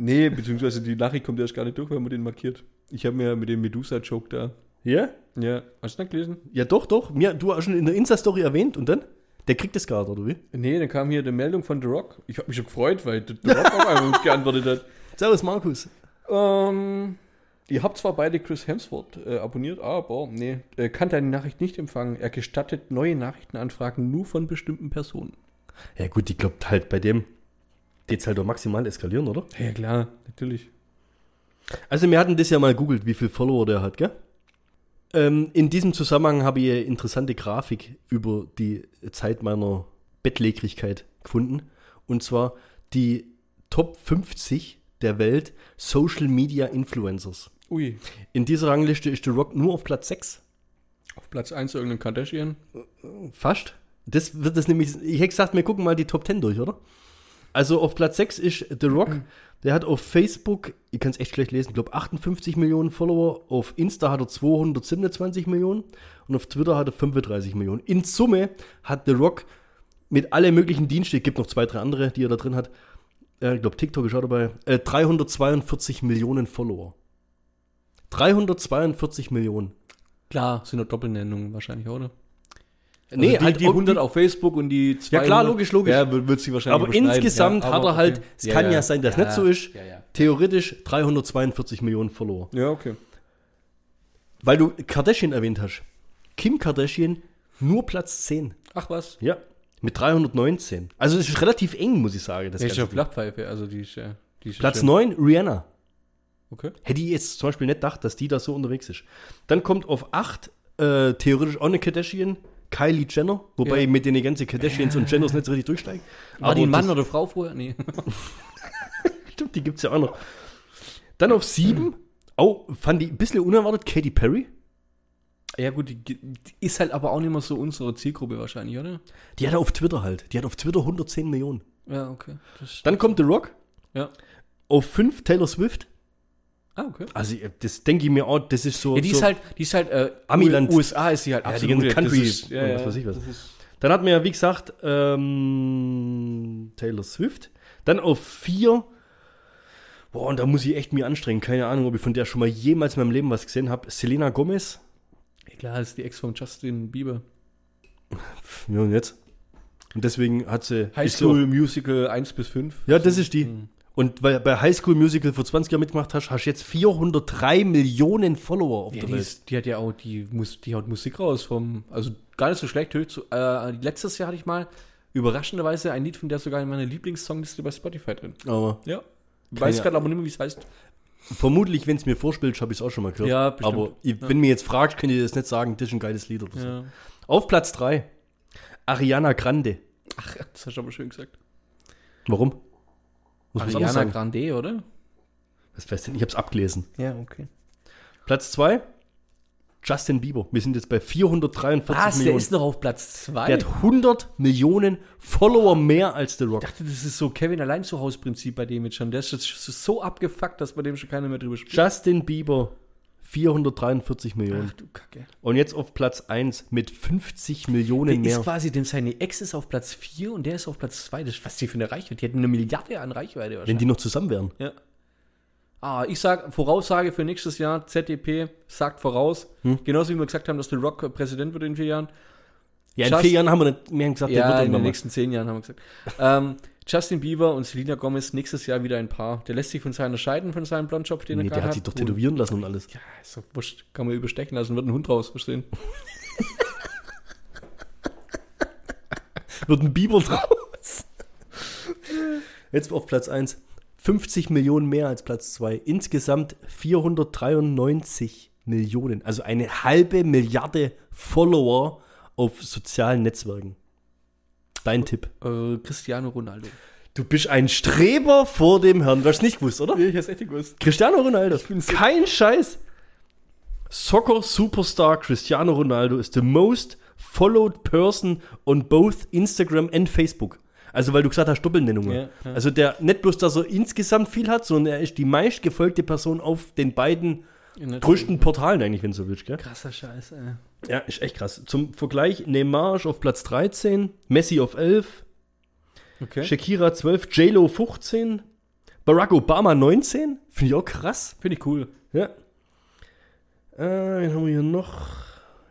S2: Nee, beziehungsweise die Nachricht kommt erst gar nicht durch, wenn man den markiert. Ich habe mir mit dem Medusa-Joke da.
S1: Ja?
S2: Ja. Hast du das gelesen?
S1: Ja, doch, doch. Mir, du hast schon in der Insta-Story erwähnt und dann? Der kriegt das gerade, oder wie?
S2: Nee, dann kam hier eine Meldung von The Rock. Ich habe mich schon gefreut, weil The The Rock <laughs> auf einmal geantwortet hat.
S1: Servus, Markus.
S2: Ähm, ihr habt zwar beide Chris Hemsworth äh, abonniert, aber nee, äh, kann deine Nachricht nicht empfangen. Er gestattet neue Nachrichtenanfragen nur von bestimmten Personen.
S1: Ja, gut, die glaubt halt bei dem. Geht's halt doch maximal eskalieren, oder?
S2: Ja, klar, natürlich.
S1: Also wir hatten das ja mal googelt, wie viel Follower der hat, gell? Ähm, in diesem Zusammenhang habe ich eine interessante Grafik über die Zeit meiner Bettlägerigkeit gefunden. Und zwar die Top 50 der Welt Social Media Influencers.
S2: Ui,
S1: In dieser Rangliste ist The Rock nur auf Platz 6.
S2: auf Platz 1 irgendein Kardashian.
S1: Fast. Das wird das nämlich. Ich hätte gesagt, wir gucken mal die Top 10 durch, oder? Also auf Platz 6 ist The Rock. Der hat auf Facebook, ich kann es echt schlecht lesen, glaube 58 Millionen Follower. Auf Insta hat er 227 Millionen und auf Twitter hat er 35 Millionen. In Summe hat The Rock mit allen möglichen Diensten, gibt noch zwei, drei andere, die er da drin hat. Äh, ich glaube, TikTok ist auch dabei. Äh, 342 Millionen Follower. 342 Millionen.
S2: Klar, sind doch Doppelnennungen wahrscheinlich, oder?
S1: Also nee,
S2: die, halt die 100 auf Facebook und die 200.
S1: Ja, klar, logisch, logisch.
S2: Ja, wird, wird sich wahrscheinlich
S1: Aber
S2: überschneiden.
S1: insgesamt
S2: ja,
S1: hat er halt, es kann ja, sein, dass
S2: ja,
S1: nicht so ist,
S2: Ja, ja.
S1: theoretisch 342 Millionen Follower.
S2: ja, okay.
S1: Weil du Kardashian erwähnt hast. Kim Kardashian nur Platz 10.
S2: Ach was.
S1: Ja. Mit 319. Also es ist relativ eng, muss ich sagen. Das
S2: Das ist
S1: Ganze.
S2: ja Flachpfeife, also die ist ja. Die ist
S1: Platz
S2: ja schön.
S1: 9, Rihanna.
S2: Okay.
S1: Hätte ich jetzt zum Beispiel nicht gedacht, dass die da so unterwegs ist. Dann kommt auf 8 äh, theoretisch auch eine Kardashian, Kylie Jenner. Wobei
S2: Ja.
S1: mit den ganzen Kardashians und Jenners nicht so richtig durchsteigen.
S2: War Ah, die ein Mann
S1: das-
S2: oder Frau vorher? Nee.
S1: Stimmt, die gibt's ja auch noch. Dann auf 7. Oh, fand ich ein bisschen unerwartet, Katy Perry.
S2: ja, gut, die, die ist halt aber auch nicht mehr so unsere Zielgruppe wahrscheinlich, oder?
S1: Die hat er auf Twitter halt. Die hat auf Twitter 110 Millionen.
S2: Ja, okay. Das,
S1: Dann kommt The Rock.
S2: ja.
S1: Auf 5 Taylor Swift.
S2: Ah, okay.
S1: Also, ich- das denke ich mir auch, das ist so.
S2: Ja, die
S1: so.
S2: ist halt, die ist halt, äh,
S1: Amiland.
S2: USA ist sie halt
S1: Ja, die
S2: absolut.
S1: ganzen Country-
S2: das ist, ja,
S1: und
S2: ja,
S1: was weiß ich was.
S2: das ist-
S1: Dann hat man ja, wie gesagt, ähm, Taylor Swift. Dann auf 4. Boah, und da muss ich echt mir anstrengen. Keine Ahnung, ob ich von der schon mal jemals in meinem Leben was gesehen habe. Selena Gomez.
S2: Ja, klar, das ist die Ex von Justin Bieber.
S1: Pff, Ja, und jetzt? Und deswegen hat sie.
S2: High
S1: ist sie auf-
S2: School Mhm. Musical 1 bis 5.
S1: Ja, das ist die. Und weil bei High School Musical vor 20 Jahren mitgemacht hast, hast du jetzt 403 Millionen Follower auf
S2: Ja,
S1: der
S2: die,
S1: Welt.
S2: ist, die hat ja auch die, Mus die haut Musik raus vom, also gar nicht so schlecht. Höchst, zu- äh, letztes Jahr hatte ich mal überraschenderweise ein Lied von der sogar in meiner Lieblingssongliste bei Spotify drin.
S1: Aber
S2: Ja. weiß gerade aber nicht mehr, wie es heißt.
S1: Vermutlich, wenn es mir vorspielt, habe ich es auch schon mal gehört.
S2: Ja, bestimmt.
S1: Aber ich, wenn mir jetzt fragt, könnt ihr das nicht sagen, das ist ein geiles Lied oder so.
S2: Ja.
S1: Auf Platz 3, Ariana Grande.
S2: Ach, das hast du aber schön gesagt. Also
S1: Warum? Muss man anders
S2: Ariana
S1: sagen.
S2: Grande, oder?
S1: Was weiß denn? Ich hab's abgelesen.
S2: Ja, okay.
S1: Platz 2, Justin Bieber. Wir sind jetzt bei 443
S2: Was? Der
S1: Millionen.
S2: Ah, ist noch auf Platz 2.
S1: der hat 100 Millionen Follower mehr als The Rock.
S2: dachte, das ist so Kevin allein zu Haus Prinzip bei dem jetzt schon. Der ist jetzt so abgefuckt, dass bei dem schon keiner mehr drüber spricht.
S1: Justin Bieber, 443 Millionen.
S2: Ach du Kacke.
S1: Und jetzt auf Platz 1 mit 50 Millionen
S2: Der
S1: mehr.
S2: ist quasi, denn seine Ex ist auf Platz 4 und der ist auf Platz 2. Das ist was die für eine Reichweite. Die hätten eine Milliarde an Reichweite
S1: Wenn
S2: wahrscheinlich.
S1: die noch zusammen wären.
S2: Ja. Ah, ich sag, Voraussage für nächstes Jahr, ZDP sagt voraus.
S1: Hm?
S2: Genauso wie wir gesagt haben, dass The Rock Präsident wird in vier Jahren.
S1: Ja, in
S2: Just-
S1: vier Jahren haben wir nicht mehr gesagt,
S2: ja, in
S1: irgendwann
S2: den
S1: mal.
S2: nächsten zehn Jahren haben wir gesagt. ähm, Justin Bieber und Selena Gomez nächstes Jahr wieder ein Paar. Der lässt sich von seiner scheiden, von seinem Blondjob, den
S1: Nee,
S2: er
S1: der
S2: gerade
S1: hat sich doch tätowieren lassen und alles.
S2: Ja, ist doch wurscht. Kann man überstechen lassen, wird ein Hund raus, verstehen?
S1: Wird ein Biber
S2: <laughs>
S1: draus. Jetzt auf Platz 1. 50 Millionen mehr als Platz 2. Insgesamt 493 Millionen. Also eine halbe Milliarde Follower auf sozialen Netzwerken. Dein Tipp.
S2: Äh, Cristiano Ronaldo.
S1: Du bist ein Streber vor dem Herrn. Du hast nicht gewusst, oder?
S2: Ich hab's echt gewusst.
S1: Cristiano Ronaldo. Kein Scheiß. Soccer Superstar Cristiano Ronaldo ist the most followed person on both Instagram and Facebook. Also, weil du gesagt hast, Doppelnennungen.
S2: Ja, ja.
S1: Also, der nicht bloß, dass er insgesamt viel hat, sondern er ist die meistgefolgte Person auf den beiden größten Portalen, eigentlich, wenn du so willst. Gell?
S2: Krasser Scheiß, ey.
S1: Ja, ist echt krass. Zum Vergleich: Neymar ist auf Platz 13, Messi auf 11,
S2: Okay.
S1: Shakira 12, JLo 15, Barack Obama 19. Finde ich auch krass.
S2: Finde ich cool.
S1: Ja. Äh, wen haben wir hier noch?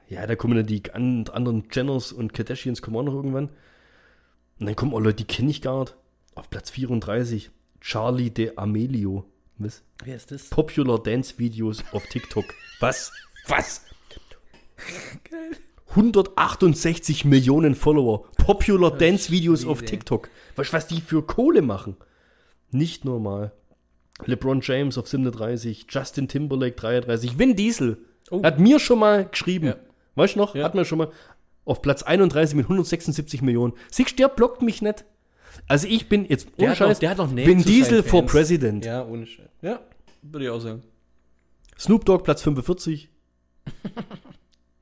S1: Ja, da kommen dann die an- anderen Jenners und Kardashians kommen auch noch irgendwann. Und dann kommen auch Leute, die kenne ich gar nicht. Auf Platz 34, Charlie de Amelio. Was?
S2: Wer ist das?
S1: Popular Dance Videos auf TikTok. Was? Was? 168 Millionen Follower. Popular Dance Videos auf
S2: Schwede.
S1: TikTok. Weißt du, was die für Kohle machen? Nicht normal. LeBron James auf 37, Justin Timberlake 33, Vin Diesel
S2: Oh.
S1: hat mir schon mal geschrieben.
S2: Ja.
S1: Weißt du noch?
S2: Ja.
S1: Hat mir schon mal auf Platz 31 mit 176 Millionen. Siehst du, der blockt mich nicht. Also ich bin jetzt
S2: Der
S1: ohne
S2: hat noch-
S1: Scheiß,
S2: der hat noch Nähe
S1: Vin
S2: zu seinen
S1: Diesel for
S2: Fans.
S1: President.
S2: Ja, ohne Scheiß. Ja, würde ich auch sagen.
S1: Snoop Dogg Platz
S2: <laughs>
S1: 45.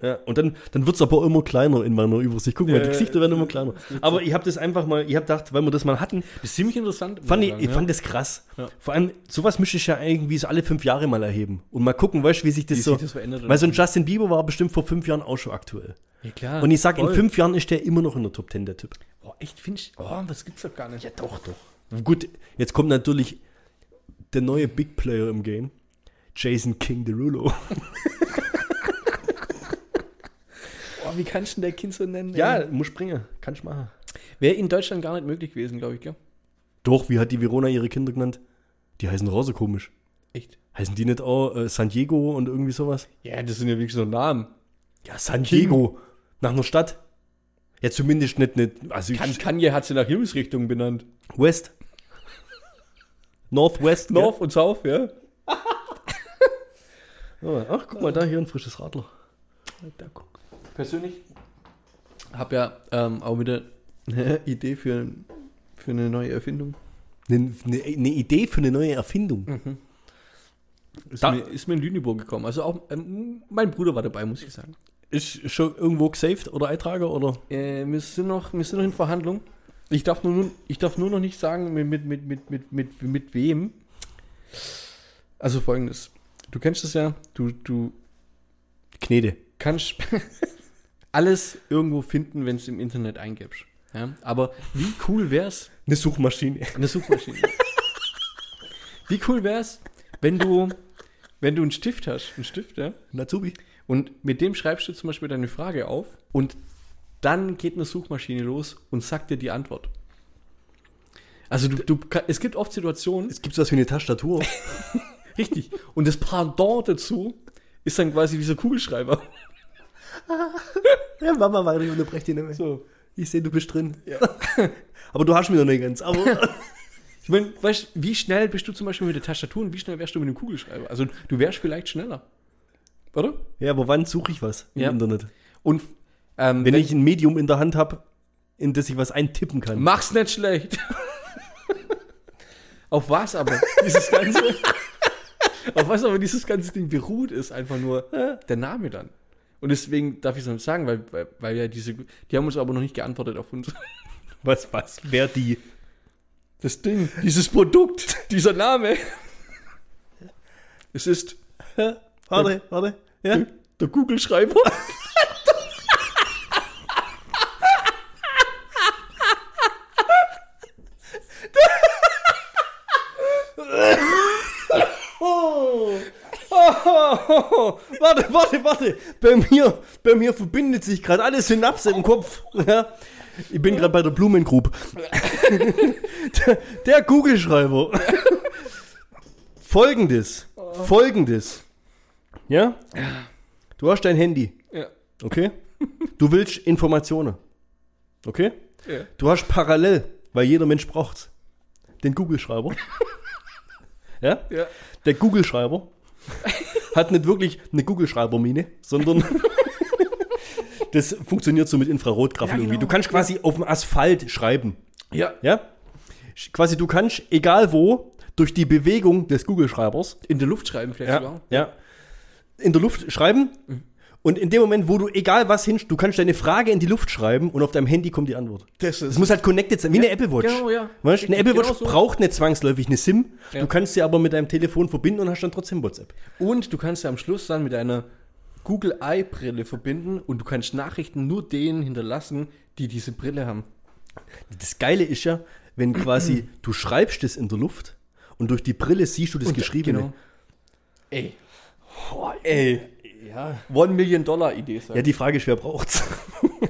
S1: ja, und dann, dann wird es aber immer kleiner in meiner Übersicht. Guck mal, die
S2: Ja,
S1: Gesichter werden immer kleiner. Aber ich habe das einfach mal, ich habe gedacht, weil wir das mal hatten,
S2: Das ist ziemlich interessant. muss
S1: fand ich,
S2: sagen,
S1: ich
S2: ja.
S1: fand das krass.
S2: Ja.
S1: Vor allem, sowas müsste ich ja irgendwie so alle fünf Jahre mal erheben. Und mal gucken, weißt du, wie sich das
S2: Wie
S1: so.
S2: sich das verändert hat.
S1: weil so ein Justin Bieber war bestimmt vor fünf Jahren auch schon aktuell.
S2: ja, klar.
S1: Und ich sag, in
S2: Voll.
S1: fünf Jahren ist der immer noch in der Top Ten, der Typ.
S2: Oh, echt, finde ich. Oh, das gibt's doch gar nicht. Ja, doch, doch.
S1: Gut, jetzt kommt natürlich der neue Big Player im Game. Jason King Derulo.
S2: Oh, wie kannst du denn dein Kind so nennen?
S1: <laughs>
S2: ey?
S1: Ja, muss springen. Kannst machen.
S2: Wäre in Deutschland gar nicht möglich gewesen, glaube ich, gell?
S1: Doch, wie hat die Verona ihre Kinder genannt? Die heißen Rose komisch.
S2: Echt?
S1: Heißen die nicht auch äh, San Diego und irgendwie sowas?
S2: Ja, das sind ja wirklich so Namen.
S1: Ja, San Diego. Nach einer Stadt. Ja, zumindest nicht, nicht also
S2: Kan Kanye hat sie nach Himmelsrichtungen benannt.
S1: West. Northwest.
S2: North und South, ja?
S1: Ja. Oh, Ach, guck mal, da hier ein frisches Radler.
S2: Da guck. Persönlich habe ja ähm, auch wieder eine <laughs> Idee für, für eine neue Erfindung.
S1: Eine ne, ne Idee für eine neue Erfindung.
S2: Ist,
S1: Mhm. Da-
S2: mir, ist mir in Lüneburg gekommen. Also auch ähm, mein Bruder war dabei, muss ich sagen.
S1: Ist schon irgendwo gesaved oder Eintrager oder?
S2: Äh, wir, sind noch, wir sind noch in Verhandlung. Ich darf nur, nun- ich darf nur noch nicht sagen, mit, mit, mit, mit, mit, mit, mit wem. Also folgendes. Du kennst es ja, du, du
S1: Knede.
S2: kannst <laughs> alles irgendwo finden, wenn es im Internet eingibst. Ja? Aber wie cool wär's,
S1: Eine <laughs> Suchmaschine.
S2: Eine Suchmaschine. Wie cool wär's, wenn du, wenn du einen Stift hast, einen Stift, ja,
S1: Natsubi.
S2: und mit dem schreibst du zum Beispiel deine Frage auf und dann geht eine Suchmaschine los und sagt dir die Antwort. Also du, du ka- es gibt oft Situationen,
S1: Es gibt sowas wie eine Tastatur.
S2: richtig, und das Pardon dazu ist dann quasi wie so Kugelschreiber.
S1: <laughs> ja, Mama, weiter, ich unterbreche die nicht mehr.
S2: So.
S1: <laughs> Ich sehe, du bist drin. Aber du hast mich noch nicht ganz. Aber
S2: Ich meine, weißt du, wie schnell bist du zum Beispiel mit der Tastatur und wie schnell wärst du mit dem Kugelschreiber? Also du wärst vielleicht schneller. Oder?
S1: Ja, aber wann suche ich was im
S2: Ja.
S1: Internet?
S2: Und ähm,
S1: Wenn ich ein Medium in der Hand habe, in das ich was eintippen kann.
S2: Mach's nicht schlecht. Auf was aber dieses ganze. auf was aber dieses ganze Ding beruht, ist einfach nur der Name dann. Und deswegen darf ich es noch nicht sagen, weil, weil, weil ja diese. Die haben uns aber noch nicht geantwortet auf uns.
S1: was, was? Wer die?
S2: Das Ding, dieses Produkt, dieser Name. Es ist
S1: Warte, warte. Ja? <laughs>
S2: der, der Google-Schreiber.
S1: Warte, warte, warte. Bei mir, bei mir verbindet sich gerade alle Synapse im Kopf. Ja? Ich bin gerade bei der Blumengrub. der <laughs> der Google-Schreiber. <laughs> Folgendes. Folgendes. Ja? Du hast dein Handy.
S2: Ja,
S1: Okay? Du willst Informationen. Okay?
S2: ja.
S1: Du hast parallel, weil jeder Mensch braucht's, den Google-Schreiber. ja?
S2: ja.
S1: Der Google-Schreiber hat nicht wirklich eine Google-Schreiber-Mine, sondern <laughs> das funktioniert so mit Infrarotkraft
S2: Ja,
S1: irgendwie.
S2: genau.
S1: Du kannst quasi auf dem Asphalt schreiben.
S2: Ja,
S1: Ja? Sch- Quasi du kannst, egal wo, durch die Bewegung des Google-Schreibers
S2: in der Luft schreiben vielleicht
S1: ja,
S2: sogar.
S1: ja. In der Luft schreiben.
S2: Mhm.
S1: Und in dem Moment, wo du egal was hinst, du kannst deine Frage in die Luft schreiben und auf deinem Handy kommt die Antwort.
S2: Das ist
S1: Es muss halt connected sein, wie eine Apple Watch.
S2: genau, ja.
S1: Weißt, du, eine Apple Watch
S2: Genau so.
S1: braucht nicht zwangsläufig eine SIM.
S2: Ja.
S1: Du kannst sie aber mit deinem Telefon verbinden und hast dann trotzdem WhatsApp.
S2: Und du kannst ja am Schluss dann mit einer Google Eye Brille verbinden und du kannst Nachrichten nur denen hinterlassen, die diese Brille haben.
S1: Das Geile ist ja, wenn
S2: <clears throat>
S1: quasi du schreibst es in der Luft und durch die Brille siehst du das Geschriebene.
S2: Genau. Ey,
S1: ey.
S2: One Million Dollar Idee.
S1: Ja, die Frage ist, wer braucht's?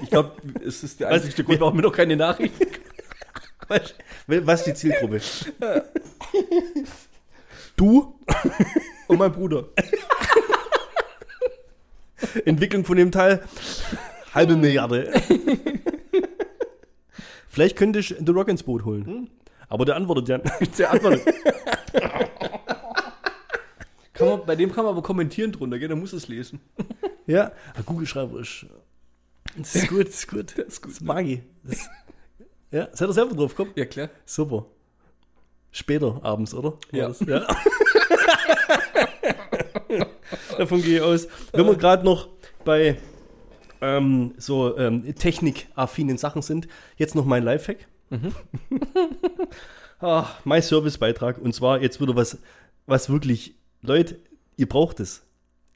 S2: ich glaube, es ist der
S1: Was?
S2: einzige Grund, warum wir noch keine Nachrichten. <laughs>
S1: Weißt du, Was ist die Zielgruppe? du
S2: Und mein Bruder.
S1: Entwicklung von dem Teil halbe Milliarde. Vielleicht könnte ich The Rock ins Boot holen. Aber der antwortet ja.
S2: Der antwortet. kann man, bei dem kann man aber kommentieren drunter, gell? Der muss es lesen.
S1: Ja, aber Ah, Google Schreiber ist. Das ist gut, das ist gut. Das ist gut. Das mag ich. Das, ja, seid ihr selber drauf, komm.
S2: Ja, klar.
S1: Super. Später abends, oder? War
S2: Ja.
S1: das? ja. <laughs> Davon gehe ich aus. Wenn wir gerade noch bei ähm, so ähm, technikaffinen Sachen sind, jetzt noch mein Lifehack.
S2: Mhm.
S1: <laughs> ah, mein Servicebeitrag. Und zwar jetzt wieder was, was wirklich, Leute, ihr braucht es.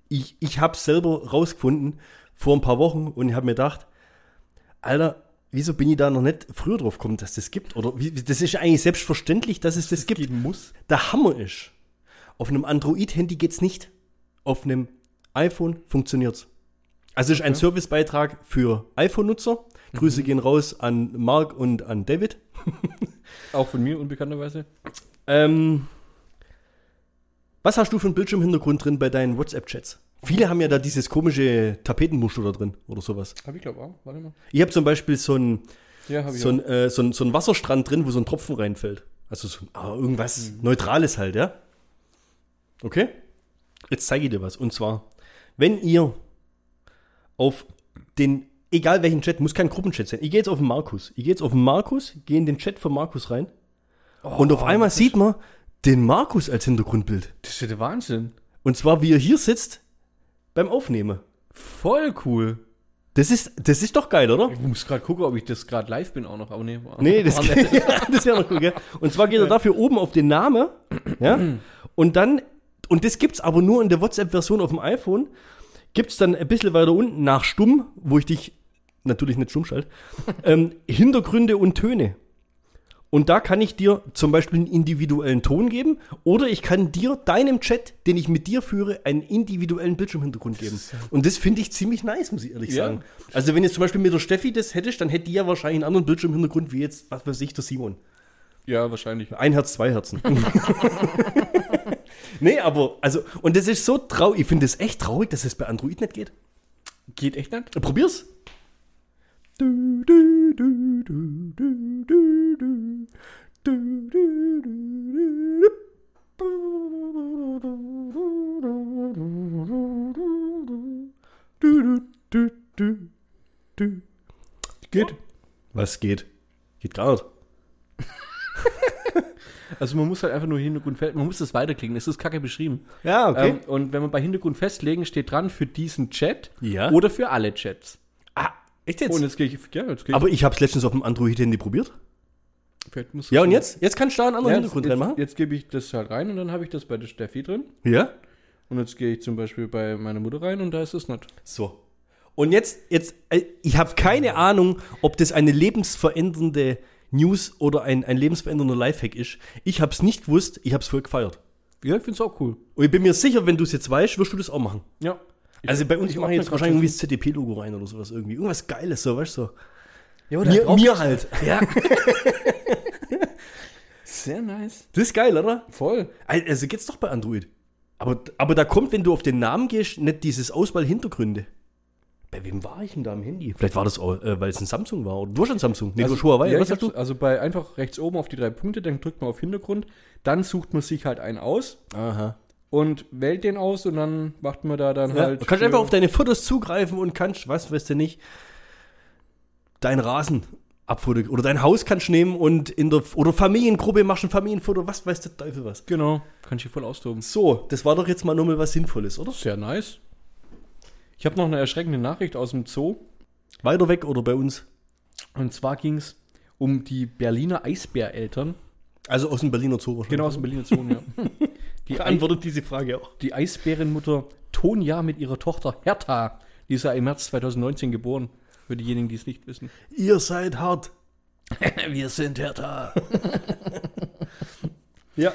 S1: Ich, ich habe es selber rausgefunden vor ein paar Wochen und ich habe mir gedacht, Alter, wieso bin ich da noch nicht früher drauf gekommen, dass das gibt? Oder wie, wie- das ist ja eigentlich selbstverständlich, dass es das, gibt.
S2: geben muss.
S1: Der Hammer ist, auf einem Android-Handy geht's nicht. Auf einem iPhone funktioniert's. Also es ist ein Servicebeitrag für iPhone-Nutzer. Grüße gehen raus an Mark und an David.
S2: Auch von mir unbekannterweise.
S1: Ähm, was hast du für einen Bildschirmhintergrund drin bei deinen WhatsApp-Chats? Viele haben ja da dieses komische Tapetenmuster da drin oder sowas.
S2: Hab ich glaube auch. Warte mal.
S1: Ich habe zum Beispiel so ein,
S2: Ja, hab ich
S1: so ein, äh, so, ein, so ein Wasserstrand drin, wo so ein Tropfen reinfällt. Also so, ah, irgendwas Neutrales halt, ja? Okay? Jetzt zeige ich dir was. Und zwar, wenn ihr auf den, egal welchen Chat, muss kein Gruppenchat sein. Ich gehe jetzt auf den Markus. Ich gehe jetzt auf den Markus, gehe in den Chat von Markus rein.
S2: Oh,
S1: und auf einmal sieht man den Markus als Hintergrundbild.
S2: Das ist ja der Wahnsinn.
S1: Und zwar, wie er hier sitzt beim Aufnehmen.
S2: Voll cool.
S1: Das ist, das ist doch geil, oder?
S2: Ich muss gerade gucken, ob ich das gerade live bin auch noch. Aber nee, war-
S1: Nee, das,
S2: <laughs> war
S1: <laughs> ja,
S2: nicht.
S1: das wäre noch cool, gell? Und zwar geht er dafür oben auf den Namen, ja? Und dann, und das gibt's aber nur in der WhatsApp-Version auf dem iPhone, gibt's dann ein bisschen weiter unten nach Stumm, wo ich dich natürlich nicht stumm schalte, ähm, Hintergründe und Töne. Und da kann ich dir zum Beispiel einen individuellen Ton geben oder ich kann dir, deinem Chat, den ich mit dir führe, einen individuellen Bildschirmhintergrund geben. Und das finde ich ziemlich nice, muss ich ehrlich
S2: Ja.
S1: sagen. Also wenn jetzt zum Beispiel mit der Steffi das hättest, dann hätte die ja wahrscheinlich einen anderen Bildschirmhintergrund wie jetzt, was weiß ich, der Simon.
S2: Ja, wahrscheinlich.
S1: Ein Herz, zwei Herzen. <laughs> nee, aber, also, und das ist so traurig, ich finde es echt traurig, dass es bei Android nicht geht.
S2: Geht echt nicht?
S1: Probier's. Geht. Was geht? Geht gar nicht.
S2: Also man muss halt einfach nur Hintergrund festlegen, man muss das weiterklicken, es ist kacke beschrieben.
S1: Ja, okay.
S2: Ähm, und wenn man bei Hintergrund festlegen, steht dran für diesen Chat
S1: Ja.
S2: oder für alle Chats.
S1: ah, echt
S2: Und jetzt gehe ich, ja, jetzt gehe ich,
S1: Aber ich habe es letztens auf dem Android-Handy probiert.
S2: vielleicht muss ich-
S1: Ja, und jetzt? Jetzt kannst du da einen
S2: Ja,
S1: anderen
S2: jetzt,
S1: Hintergrund reinmachen.
S2: jetzt, jetzt gebe ich das halt rein und dann habe ich das bei der Steffi drin.
S1: Ja.
S2: Und jetzt gehe ich zum Beispiel bei meiner Mutter rein und da ist es nicht.
S1: So. Und jetzt, jetzt äh, ich habe keine Ahnung, ob das eine lebensverändernde News oder ein, ein lebensverändernder Lifehack ist. Ich habe es nicht gewusst, ich habe es voll gefeiert.
S2: Ja, ich finde es auch cool.
S1: Und ich bin mir sicher, wenn du es jetzt weißt, wirst du das auch machen.
S2: Ja.
S1: also bei uns
S2: ich
S1: machen
S2: hab
S1: jetzt
S2: mir
S1: wahrscheinlich
S2: grad
S1: irgendwie das ZDP-Logo rein oder sowas irgendwie. Irgendwas Geiles, so, weißt du? So.
S2: Ja,
S1: Mir, mir halt.
S2: Ja. Sehr nice.
S1: <laughs> Das ist geil, oder?
S2: Voll.
S1: Al- Also geht's doch bei Android. Aber, aber da kommt, wenn du auf den Namen gehst, nicht dieses Auswahl-Hintergründe. Bei wem war ich denn da am Handy? Vielleicht war das auch, äh, weil es ein Samsung war. Oder du hast ein Samsung. Nee, du hast Huawei.
S2: ja,
S1: was
S2: ich
S1: hast du?
S2: hab's- Also bei einfach rechts oben auf die drei Punkte, dann drückt man auf Hintergrund, dann sucht man sich halt einen aus
S1: Aha.
S2: und wählt den aus und dann macht man da dann
S1: Ja,
S2: halt.
S1: du kannst einfach auf deine Fotos zugreifen und kannst, was weißt du nicht, deinen Rasen abfotografieren. Oder dein Haus kannst du nehmen und in der oder Familiengruppe machst ein Familienfoto, was weiß der Teufel was.
S2: Genau. Kannst du voll austoben.
S1: So, das war doch jetzt mal nochmal was Sinnvolles, oder?
S2: Sehr nice. Ich habe noch eine erschreckende Nachricht aus dem Zoo.
S1: Weiter weg oder bei uns?
S2: Und zwar ging es um die Berliner Eisbäreltern.
S1: Also aus dem Berliner Zoo wahrscheinlich.
S2: Genau aus dem Berliner Zoo,
S1: <laughs>
S2: ja. Die, Ei
S1: Beantwortet diese Frage auch.
S2: die Eisbärenmutter Tonja mit ihrer Tochter Hertha. Die ist ja im März 2019 geboren. Für diejenigen, die es nicht wissen.
S1: Ihr seid <laughs> hart.
S2: Wir sind Hertha.
S1: <laughs> Ja.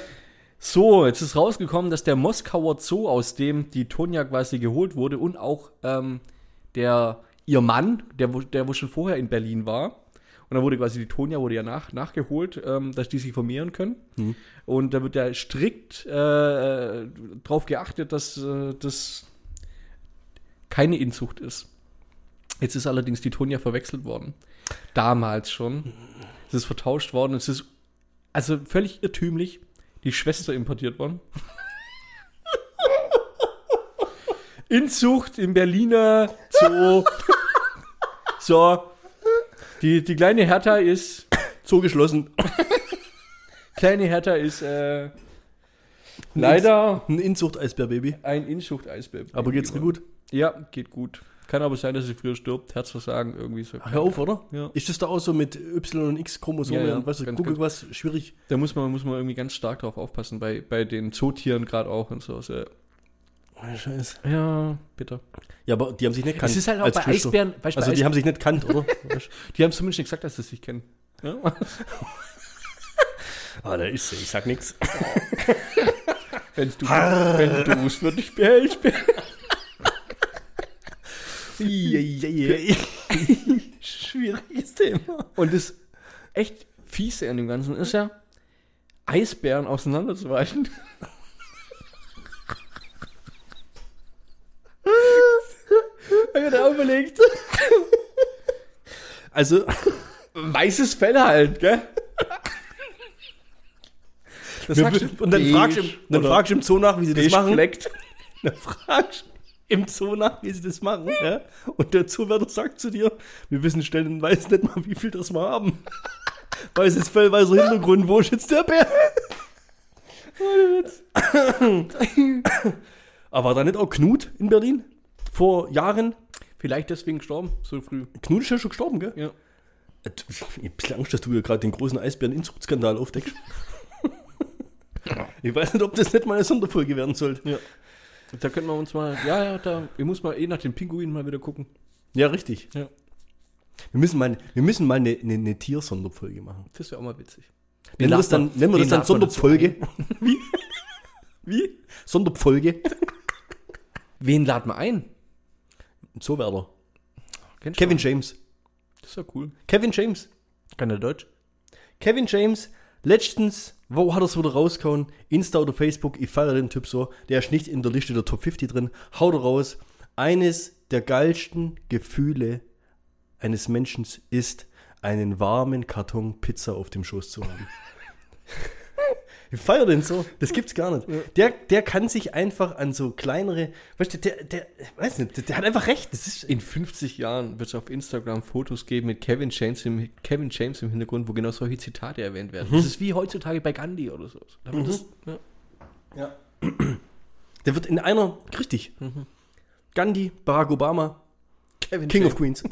S2: So, jetzt ist rausgekommen, dass der Moskauer Zoo, aus dem die Tonja quasi geholt wurde und auch ähm, der ihr Mann, der, wo- der wo schon vorher in Berlin war, und dann wurde quasi die Tonja wurde ja nach, nachgeholt, ähm, dass die sich vermehren können. Und da wird ja strikt äh, darauf geachtet, dass äh, das keine Inzucht ist. Jetzt ist allerdings die Tonja verwechselt worden. Damals schon. Es ist vertauscht worden. Es ist also völlig irrtümlich die Schwester importiert worden. Inzucht im Berliner Zoo. So. Die, die kleine Hertha ist.
S1: Zoo geschlossen.
S2: Kleine Hertha ist äh, leider
S1: Ein Inzucht-Eisbär-Baby.
S2: ein Inzuchteisbär.
S1: Aber geht's dir gut?
S2: Ja, geht gut. Kann aber sein, dass sie früher stirbt. Herzversagen, irgendwie so.
S1: Hör auf, oder?
S2: Ja.
S1: Ist das da auch so mit Y und X-Chromosomen
S2: Ja, ja.
S1: und weißt du,
S2: Ganz,
S1: gucke
S2: ganz-
S1: was schwierig.
S2: Da muss man, muss man irgendwie ganz stark drauf aufpassen, bei, bei den Zootieren gerade auch und so. Also, so.
S1: Scheiße.
S2: Ja, bitter.
S1: Ja, aber die haben sich nicht kannt.
S2: Es ist halt auch
S1: als
S2: bei
S1: Geschwister.
S2: Eisbären, weißt du,
S1: Also
S2: bei
S1: die haben sich nicht kannt, oder?
S2: Die haben zumindest nicht gesagt, dass sie sich kennen. ne?
S1: ah, da ist sie. Ich sag nichts.
S2: Wenn du wenn du es würde ich behältst.
S1: Schwieriges Thema.
S2: Und das echt fiese an dem Ganzen ist ja, Eisbären auseinanderzuweichen. Hab mir da auch überlegt.
S1: Also,
S2: Weißes Fell halt, gell? Das
S1: wir, und dann fragst, du im, dann fragst du im Zoo nach, wie sie das machen.
S2: Fleckt.
S1: Dann fragst du im Zoo nach, wie sie das machen. Ja? Und der Zoowärter sagt zu dir, wir wissen schnell und weiß nicht mal, wie viel das wir haben. <laughs> Weißes Fell, weißer Hintergrund, wo ist jetzt der Bär? Aber war da nicht auch Knut in Berlin? Vor Jahren?
S2: Vielleicht deswegen gestorben, so früh.
S1: Knut ist ja schon gestorben, gell?
S2: Ja.
S1: Äh, du- Ich hab ein bisschen Angst, dass du hier gerade den großen Eisbären-Inzuchtskandal aufdeckst. Ich weiß nicht, ob das nicht mal eine Sonderfolge werden sollte. Ja,
S2: Da könnten wir uns mal, ja, ja, da, ich muss mal eh nach den Pinguinen mal wieder gucken.
S1: richtig.
S2: Ja.
S1: Wir müssen mal, wir müssen mal eine, eine, eine Tiersonderfolge machen.
S2: Das wäre auch mal witzig.
S1: Nennen wir das dann, nennen wir das dann Sonderfolge.
S2: Wie?
S1: Wie? Sonderfolge.
S2: Wen laden wir ein?
S1: So Werder.
S2: Kennst
S1: Kevin James.
S2: Das ist ja cool.
S1: Kevin James.
S2: Kann der Deutsch?
S1: Kevin James, letztens, wo hat er es wieder rausgehauen? Insta oder Facebook, ich feiere den Typ so. Der ist nicht in der Liste der Top 50 drin. Haut er raus. Eines der geilsten Gefühle eines Menschen ist, einen warmen Karton Pizza auf dem Schoß zu haben. <laughs> Ich feier den so. Das gibt's gar nicht. Der, der kann sich einfach an so kleinere. Weißt du, der, der, weiß nicht, der, der hat einfach recht. Das ist,
S2: In 50 Jahren wird es auf Instagram Fotos geben mit Kevin James, im, Kevin James im Hintergrund, wo genau solche Zitate erwähnt werden. Das ist wie heutzutage bei Gandhi oder so. Da wird das- ja.
S1: der wird in einer. Richtig. Gandhi, Barack Obama,
S2: Kevin
S1: King
S2: James.
S1: of
S2: <laughs>
S1: Queens.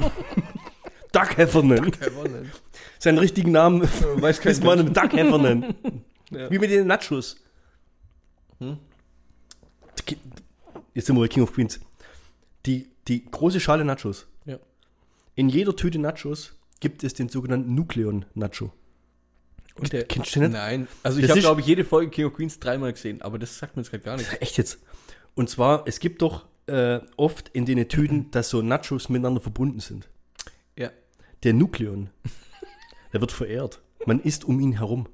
S1: Doug Heffernan.
S2: Gewonnen.
S1: Seinen richtigen
S2: <laughs>
S1: Namen
S2: Weiß kein
S1: ist man einen Duck Heffernan.
S2: Ja. Hm?
S1: Wie mit den Nachos. Ki- Jetzt sind wir bei King of Queens. Die, die große Schale Nachos.
S2: Ja.
S1: In jeder Tüte Nachos gibt es den sogenannten Nucleon Nacho.
S2: Und der,
S1: Kennst du den?
S2: Nein. Also
S1: Das
S2: ich habe,
S1: ist-
S2: glaube ich, jede Folge King of Queens dreimal gesehen, aber das sagt mir jetzt gerade gar nichts.
S1: Echt jetzt? Und zwar, es gibt doch äh, oft in den Tüten, dass so Nachos miteinander verbunden sind.
S2: Ja.
S1: Der Nucleon, der wird verehrt. Man isst um ihn herum.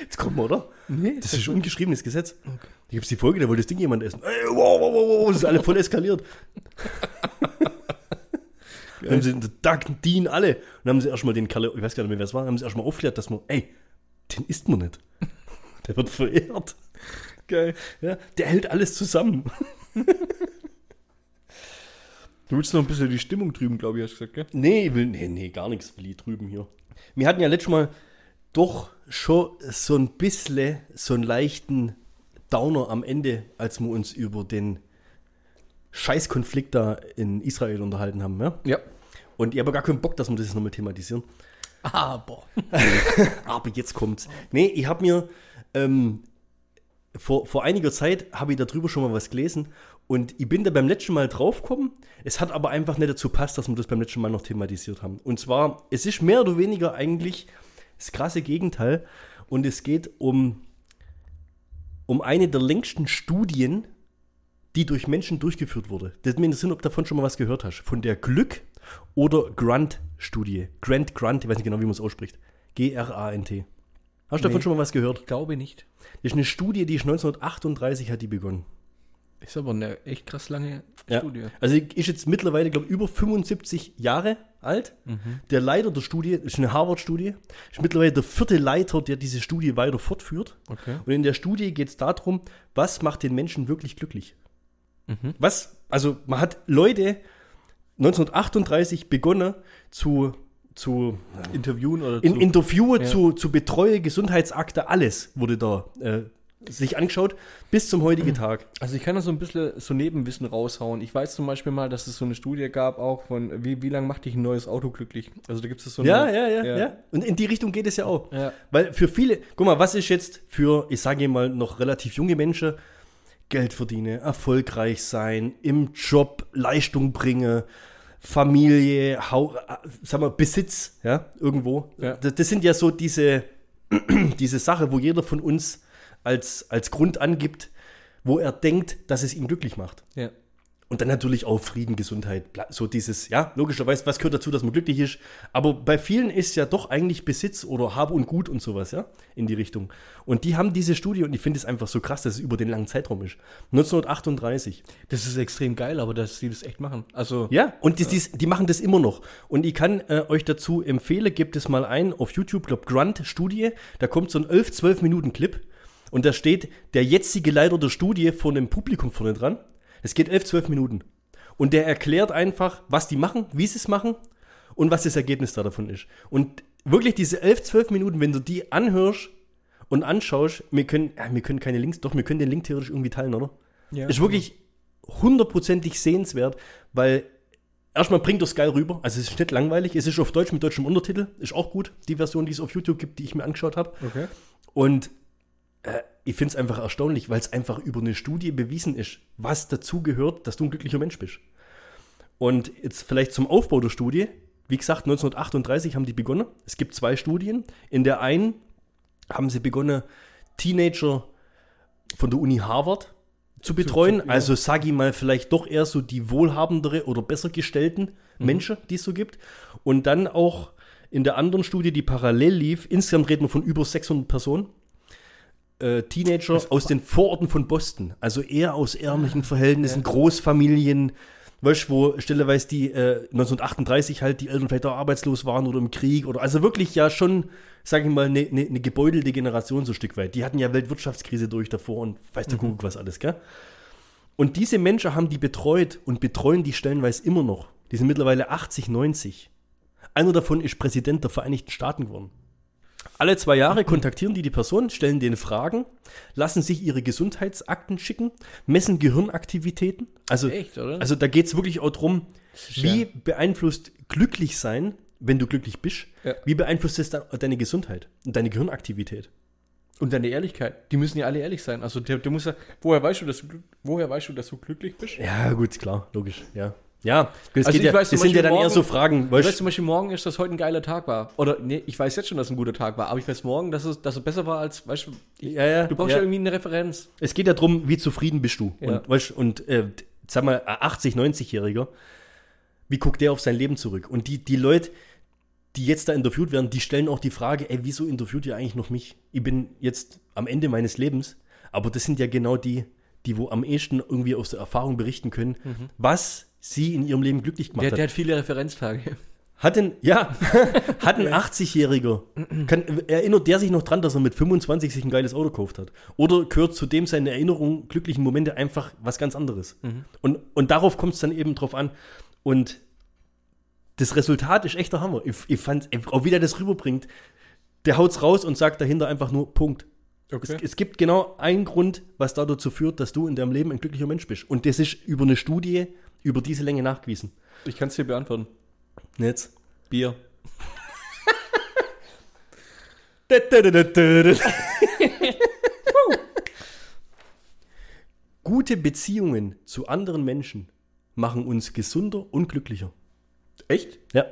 S1: Jetzt kommt man, oder?
S2: Nee,
S1: Das ist ein ungeschriebenes Gesetz. Da gibt es die Folge, da wollte das Ding jemand essen. Ey, wow, wow, wow, wow, das ist alle voll eskaliert. Dann haben sie den Duck, Dean, alle. Und dann haben sie erstmal den Kerl, ich weiß gar nicht mehr, wer es war, dann haben sie erstmal aufgeklärt, dass man, ey, den isst man nicht. Der wird verehrt.
S2: geil.
S1: Ja, der hält alles zusammen.
S2: Du willst noch ein bisschen die Stimmung drüben, glaube ich, hast du gesagt, gell?
S1: Nee, ich will, nee, nee, gar nichts will ich drüben hier. Wir hatten ja letztes Mal doch schon so ein bisschen so einen leichten Downer am Ende, als wir uns über den Scheißkonflikt da in Israel unterhalten haben. Ja?
S2: Ja.
S1: Und ich habe gar keinen Bock, dass wir das nochmal thematisieren.
S2: Aber.
S1: Aber jetzt kommt's. Nee, ich habe mir ähm, vor, vor einiger Zeit habe ich darüber schon mal was gelesen und ich bin da beim letzten Mal draufgekommen. Es hat aber einfach nicht dazu passt, dass wir das beim letzten Mal noch thematisiert haben. Und zwar, es ist mehr oder weniger eigentlich das krasse Gegenteil und es geht um, um eine der längsten Studien, die durch Menschen durchgeführt wurde. Das ist mir in den Sinn, ob du davon schon mal was gehört hast. Von der Glück- oder Grant-Studie. Grant, Grant, ich weiß nicht genau, wie man es ausspricht. G-R-A-N-T. Hast du davon
S2: Nee.
S1: schon mal was gehört?
S2: Ich glaube nicht.
S1: Das ist eine Studie, die ist 1938 hat die begonnen.
S2: Ist aber eine echt krass lange
S1: Ja.
S2: Studie.
S1: Also die ist jetzt mittlerweile, glaube ich, über 75 Jahre alt.
S2: Mhm.
S1: Der Leiter der Studie, das ist eine Harvard-Studie, ist mittlerweile der vierte Leiter, der diese Studie weiter fortführt.
S2: Okay.
S1: Und in der Studie geht es darum, was macht den Menschen wirklich glücklich?
S2: Mhm.
S1: Was, also man hat Leute 1938 begonnen zu, zu
S2: Interviewen oder
S1: in
S2: zu-
S1: Interviewe
S2: Ja.
S1: zu, zu Betreue, Gesundheitsakte, alles wurde da äh, sich angeschaut, bis zum
S2: <clears throat>
S1: heutigen Tag.
S2: Also ich kann da so ein bisschen so Nebenwissen raushauen. Ich weiß zum Beispiel mal, dass es so eine Studie gab, auch von wie, wie lange macht dich ein neues Auto glücklich? Also da gibt es so eine.
S1: Ja, ja, ja, ja, Und in die Richtung geht es ja auch.
S2: Ja.
S1: Weil für viele, guck mal, was ist jetzt für, ich sage mal, noch relativ junge Menschen, Geld verdienen, erfolgreich sein, im Job Leistung bringen, Familie, Hau, äh, sag mal, Besitz, ja, irgendwo.
S2: Ja.
S1: Das, das sind ja so diese, <clears throat> diese Sache, wo jeder von uns als, als Grund angibt, wo er denkt, dass es ihn glücklich macht.
S2: ja.
S1: Und dann natürlich auch Frieden, Gesundheit, bla- so dieses, ja, logischerweise, was gehört dazu, dass man glücklich ist? Aber bei vielen ist ja doch eigentlich Besitz oder Habe und Gut und sowas, ja, in die Richtung. Und die haben diese Studie und ich finde es einfach so krass, dass es über den langen Zeitraum ist. 1938.
S2: Das ist extrem geil, aber dass sie das echt machen. Also
S1: Ja, und die, die, die machen das immer noch. Und ich kann äh, euch dazu empfehlen, gebt es mal ein auf YouTube, glaub Grunt Studie, da kommt so ein 11, 12 Minuten Clip und da steht der jetzige Leiter der Studie vor einem Publikum vorne dran. Es geht 11, 12 Minuten. Und der erklärt einfach, was die machen, wie sie es machen und was das Ergebnis da davon ist. Und wirklich diese 11, 12 Minuten, wenn du die anhörst und anschaust, wir können, ja, wir können keine Links, doch, wir können den Link theoretisch irgendwie teilen, oder?
S2: Ja.
S1: ist wirklich hundertprozentig sehenswert, weil erstmal bringt das geil rüber. Also es ist nicht langweilig. Es ist auf Deutsch mit deutschem Untertitel. Ist auch gut. Die Version, die es auf YouTube gibt, die ich mir angeschaut habe.
S2: okay.
S1: Und äh, ich finde es einfach erstaunlich, weil es einfach über eine Studie bewiesen ist, was dazu gehört, dass du ein glücklicher Mensch bist. Und jetzt vielleicht zum Aufbau der Studie. Wie gesagt, 1938 haben die begonnen. Es gibt zwei Studien. In der einen haben sie begonnen, Teenager von der Uni Harvard zu betreuen.
S2: zu- ja.
S1: Also sag ich mal, vielleicht doch eher so die wohlhabendere oder besser gestellten Menschen, die es so gibt. Und dann auch in der anderen Studie, die parallel lief, insgesamt reden wir von über 600 Personen, äh, Teenager aus den Vororten von Boston, also eher aus ärmlichen Verhältnissen, Großfamilien, Weißt du, wo stelleweise die äh, 1938 halt die Eltern vielleicht auch arbeitslos waren oder im Krieg oder also wirklich ja schon, sag ich mal, eine ne, ne gebeutelte Generation so ein Stück weit. Die hatten ja Weltwirtschaftskrise durch davor und weiß der Kuckuck was alles, gell? Und diese Menschen haben die betreut und betreuen die stellenweise immer noch. Die sind mittlerweile 80, 90. Einer davon ist Präsident der Vereinigten Staaten geworden. Alle zwei
S2: Mhm.
S1: Jahre kontaktieren die die Person, stellen denen Fragen, lassen sich ihre Gesundheitsakten schicken, messen Gehirnaktivitäten. Also,
S2: Echt, oder?
S1: also da geht es wirklich auch darum, wie
S2: ja-
S1: beeinflusst glücklich sein, wenn du glücklich bist,
S2: Ja.
S1: wie beeinflusst es da- deine Gesundheit und deine Gehirnaktivität?
S2: Und deine Ehrlichkeit. Die müssen ja alle ehrlich sein. Also der, der muss ja, woher weißt du, dass du, glü- woher weißt du, dass du glücklich bist?
S1: Ja, gut, klar, logisch, ja. Ja, das,
S2: Also
S1: geht
S2: ich
S1: ja,
S2: weiß zum
S1: das sind ja
S2: Beispiel
S1: dann eher so
S2: morgen-
S1: Fragen,
S2: Ich
S1: weißt
S2: weiß zum Beispiel morgen ist, dass heute ein geiler Tag war. Oder nee, ich weiß jetzt schon, dass ein guter Tag war, aber ich weiß morgen, dass es, dass es besser war als, weißt du, ich,
S1: Ja, ja,
S2: du brauchst
S1: ja.
S2: ja. irgendwie eine Referenz.
S1: Es geht ja darum, wie zufrieden bist du.
S2: Ja.
S1: Und, weißt, und äh, sag mal, ein 80, 90-Jähriger, wie guckt der auf sein Leben zurück? Und die, die Leute, die jetzt da interviewt werden, die stellen auch die Frage, ey, wieso interviewt ihr eigentlich noch mich? Ich bin jetzt am Ende meines Lebens. Aber das sind ja genau die, die wo am ehesten irgendwie aus der Erfahrung berichten können, was sie in ihrem Leben glücklich gemacht
S2: Mhm. Der,
S1: hat.
S2: der hat viele Referenztage.
S1: Hat ein, ja, hat ein 80-Jähriger, kann- erinnert der sich noch dran, dass er mit 25 sich ein geiles Auto gekauft hat? Oder gehört zu dem seine Erinnerung, glücklichen Momente einfach was ganz anderes? Und, und darauf kommt es dann eben drauf an. Und das Resultat ist echter Hammer. Ich, ich fand, auch wie der das rüberbringt, der haut's raus und sagt dahinter einfach nur Punkt. Es, es gibt genau einen Grund, was da dazu führt, dass du in deinem Leben ein glücklicher Mensch bist. Und das ist über eine Studie über diese Länge nachgewiesen.
S2: Ich kann es dir beantworten.
S1: Jetzt. <laughs>
S2: Bier.
S1: Gute Beziehungen zu anderen Menschen machen uns gesunder und glücklicher.
S2: Echt?
S1: Ja.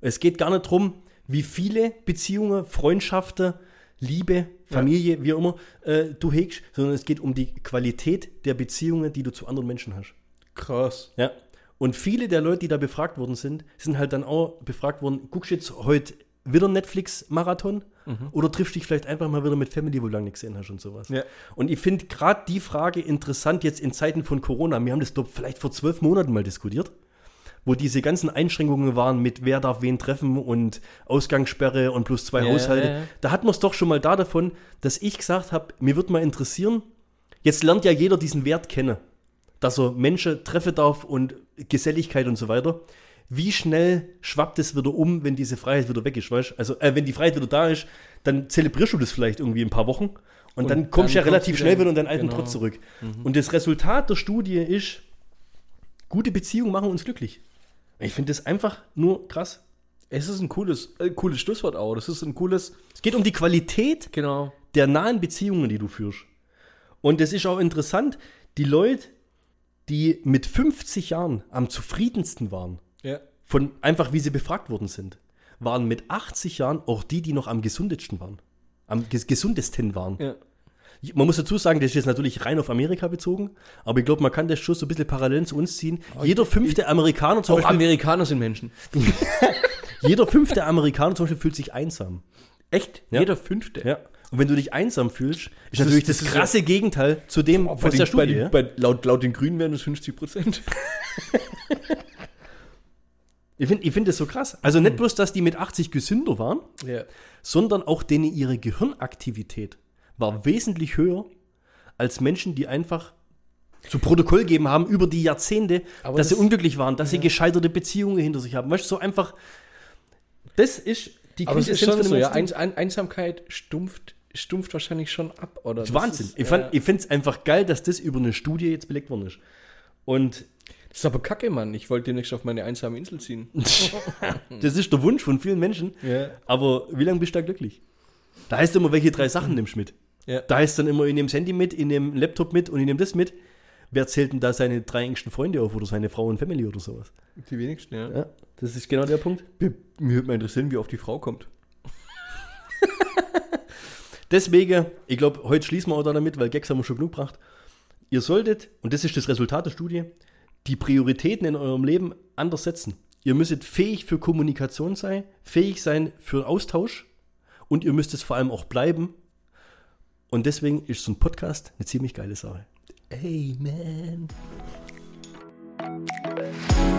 S1: Es geht gar nicht darum, wie viele Beziehungen, Freundschaften, Liebe, Familie, wie auch immer, äh, du hegst, sondern es geht um die Qualität der Beziehungen, die du zu anderen Menschen hast.
S2: Krass.
S1: Ja. Und viele der Leute, die da befragt worden sind, sind halt dann auch befragt worden, guckst du jetzt heute wieder Netflix-Marathon oder triffst dich vielleicht einfach mal wieder mit Family, wo du lange nicht gesehen hast und sowas.
S2: Mhm. Ja.
S1: Und ich finde gerade die Frage interessant jetzt in Zeiten von Corona. Wir haben das glaub, vielleicht vor zwölf Monaten mal diskutiert, wo diese ganzen Einschränkungen waren mit wer darf wen treffen und Ausgangssperre und plus zwei
S2: Ja,
S1: Haushalte.
S2: ja, ja.
S1: Da hatten wir es doch schon mal da davon, dass ich gesagt habe, mir würde mal interessieren, jetzt lernt ja jeder diesen Wert kennen, dass er Menschen treffen darf und Geselligkeit und so weiter. Wie schnell schwappt es wieder um, wenn diese Freiheit wieder weg ist, weißt du? Also, äh, wenn die Freiheit wieder da ist, dann zelebrierst du das vielleicht irgendwie in ein paar Wochen und,
S2: Und
S1: dann kommst du ja
S2: dann
S1: relativ
S2: kommst du
S1: schnell
S2: wieder-
S1: wieder in deinen alten
S2: genau.
S1: Trott zurück. Und das Resultat der Studie ist, gute Beziehungen machen uns glücklich. Ich finde das einfach nur krass.
S2: Es ist ein cooles, äh, cooles Schlusswort auch. Das ist ein cooles.
S1: Es geht um die Qualität
S2: Genau.
S1: der nahen Beziehungen, die du führst. Und es ist auch interessant, die Leute, die mit 50 Jahren am zufriedensten waren,
S2: Ja.
S1: von einfach wie sie befragt worden sind, waren mit 80 Jahren auch die, die noch am gesundesten waren. Am ges gesundesten waren.
S2: ja.
S1: Man muss dazu sagen, das ist jetzt natürlich rein auf Amerika bezogen, aber ich glaube, man kann das schon so ein bisschen parallel zu uns ziehen. Jeder fünfte Amerikaner zum
S2: Auch
S1: Beispiel,
S2: Amerikaner sind Menschen.
S1: jeder fünfte Amerikaner zum Beispiel fühlt sich einsam.
S2: Echt?
S1: Ja.
S2: Jeder Fünfte.
S1: Ja. Und wenn du dich einsam fühlst, ist
S2: Das
S1: natürlich
S2: ist-
S1: das,
S2: das ist
S1: krasse Gegenteil zu dem
S2: Boah,
S1: von der Studie. ja?
S2: bei, laut, laut den Grünen wären es 50 Prozent.
S1: Ich finde ich find das so krass. Also
S2: Hm.
S1: nicht bloß, dass die mit 80 gesünder waren,
S2: Ja.
S1: sondern auch denen ihre Gehirnaktivität war wesentlich höher als Menschen, die einfach zu Protokoll gegeben haben über die Jahrzehnte,
S2: Aber
S1: dass sie
S2: das-
S1: unglücklich waren, dass sie gescheiterte Beziehungen hinter sich haben. Weißt du, so einfach. Das ist die
S2: Aber es
S1: Quintessenz
S2: ist schon
S1: von dem
S2: so, ja,
S1: ganzen Ding.
S2: Eins, ein, Einsamkeit stumpft, stumpft wahrscheinlich schon ab, oder? Das
S1: Wahnsinn.
S2: Ist,
S1: ich
S2: ja.
S1: fand, ich finde es einfach geil, dass das über eine Studie jetzt belegt worden ist.
S2: <laughs>
S1: Und
S2: das ist aber kacke, Mann. Ich wollte demnächst auf meine einsame Insel ziehen.
S1: das ist der Wunsch von vielen Menschen.
S2: Ja.
S1: Aber wie lange bist du da glücklich? Da heißt immer, welche drei Sachen nimmst du mit?
S2: Ja.
S1: Da heißt dann immer, ich nehme das Handy mit, ich nehme Laptop mit und ich nehme das mit. Wer zählt denn da seine drei engsten Freunde auf oder seine Frau und Family oder sowas?
S2: Die wenigsten, ja.
S1: Ja, das ist genau der Punkt.
S2: Mir würde mal interessieren, wie oft die Frau kommt.
S1: Deswegen, ich glaube, heute schließen wir auch da damit, weil Gags haben wir schon genug gebracht. Ihr solltet, und das ist das Resultat der Studie, die Prioritäten in eurem Leben anders setzen. Ihr müsstet fähig für Kommunikation sein, fähig sein für Austausch und ihr müsst es vor allem auch bleiben. Und deswegen ist so ein Podcast eine ziemlich geile Sache.
S2: Amen.
S1: Ciao.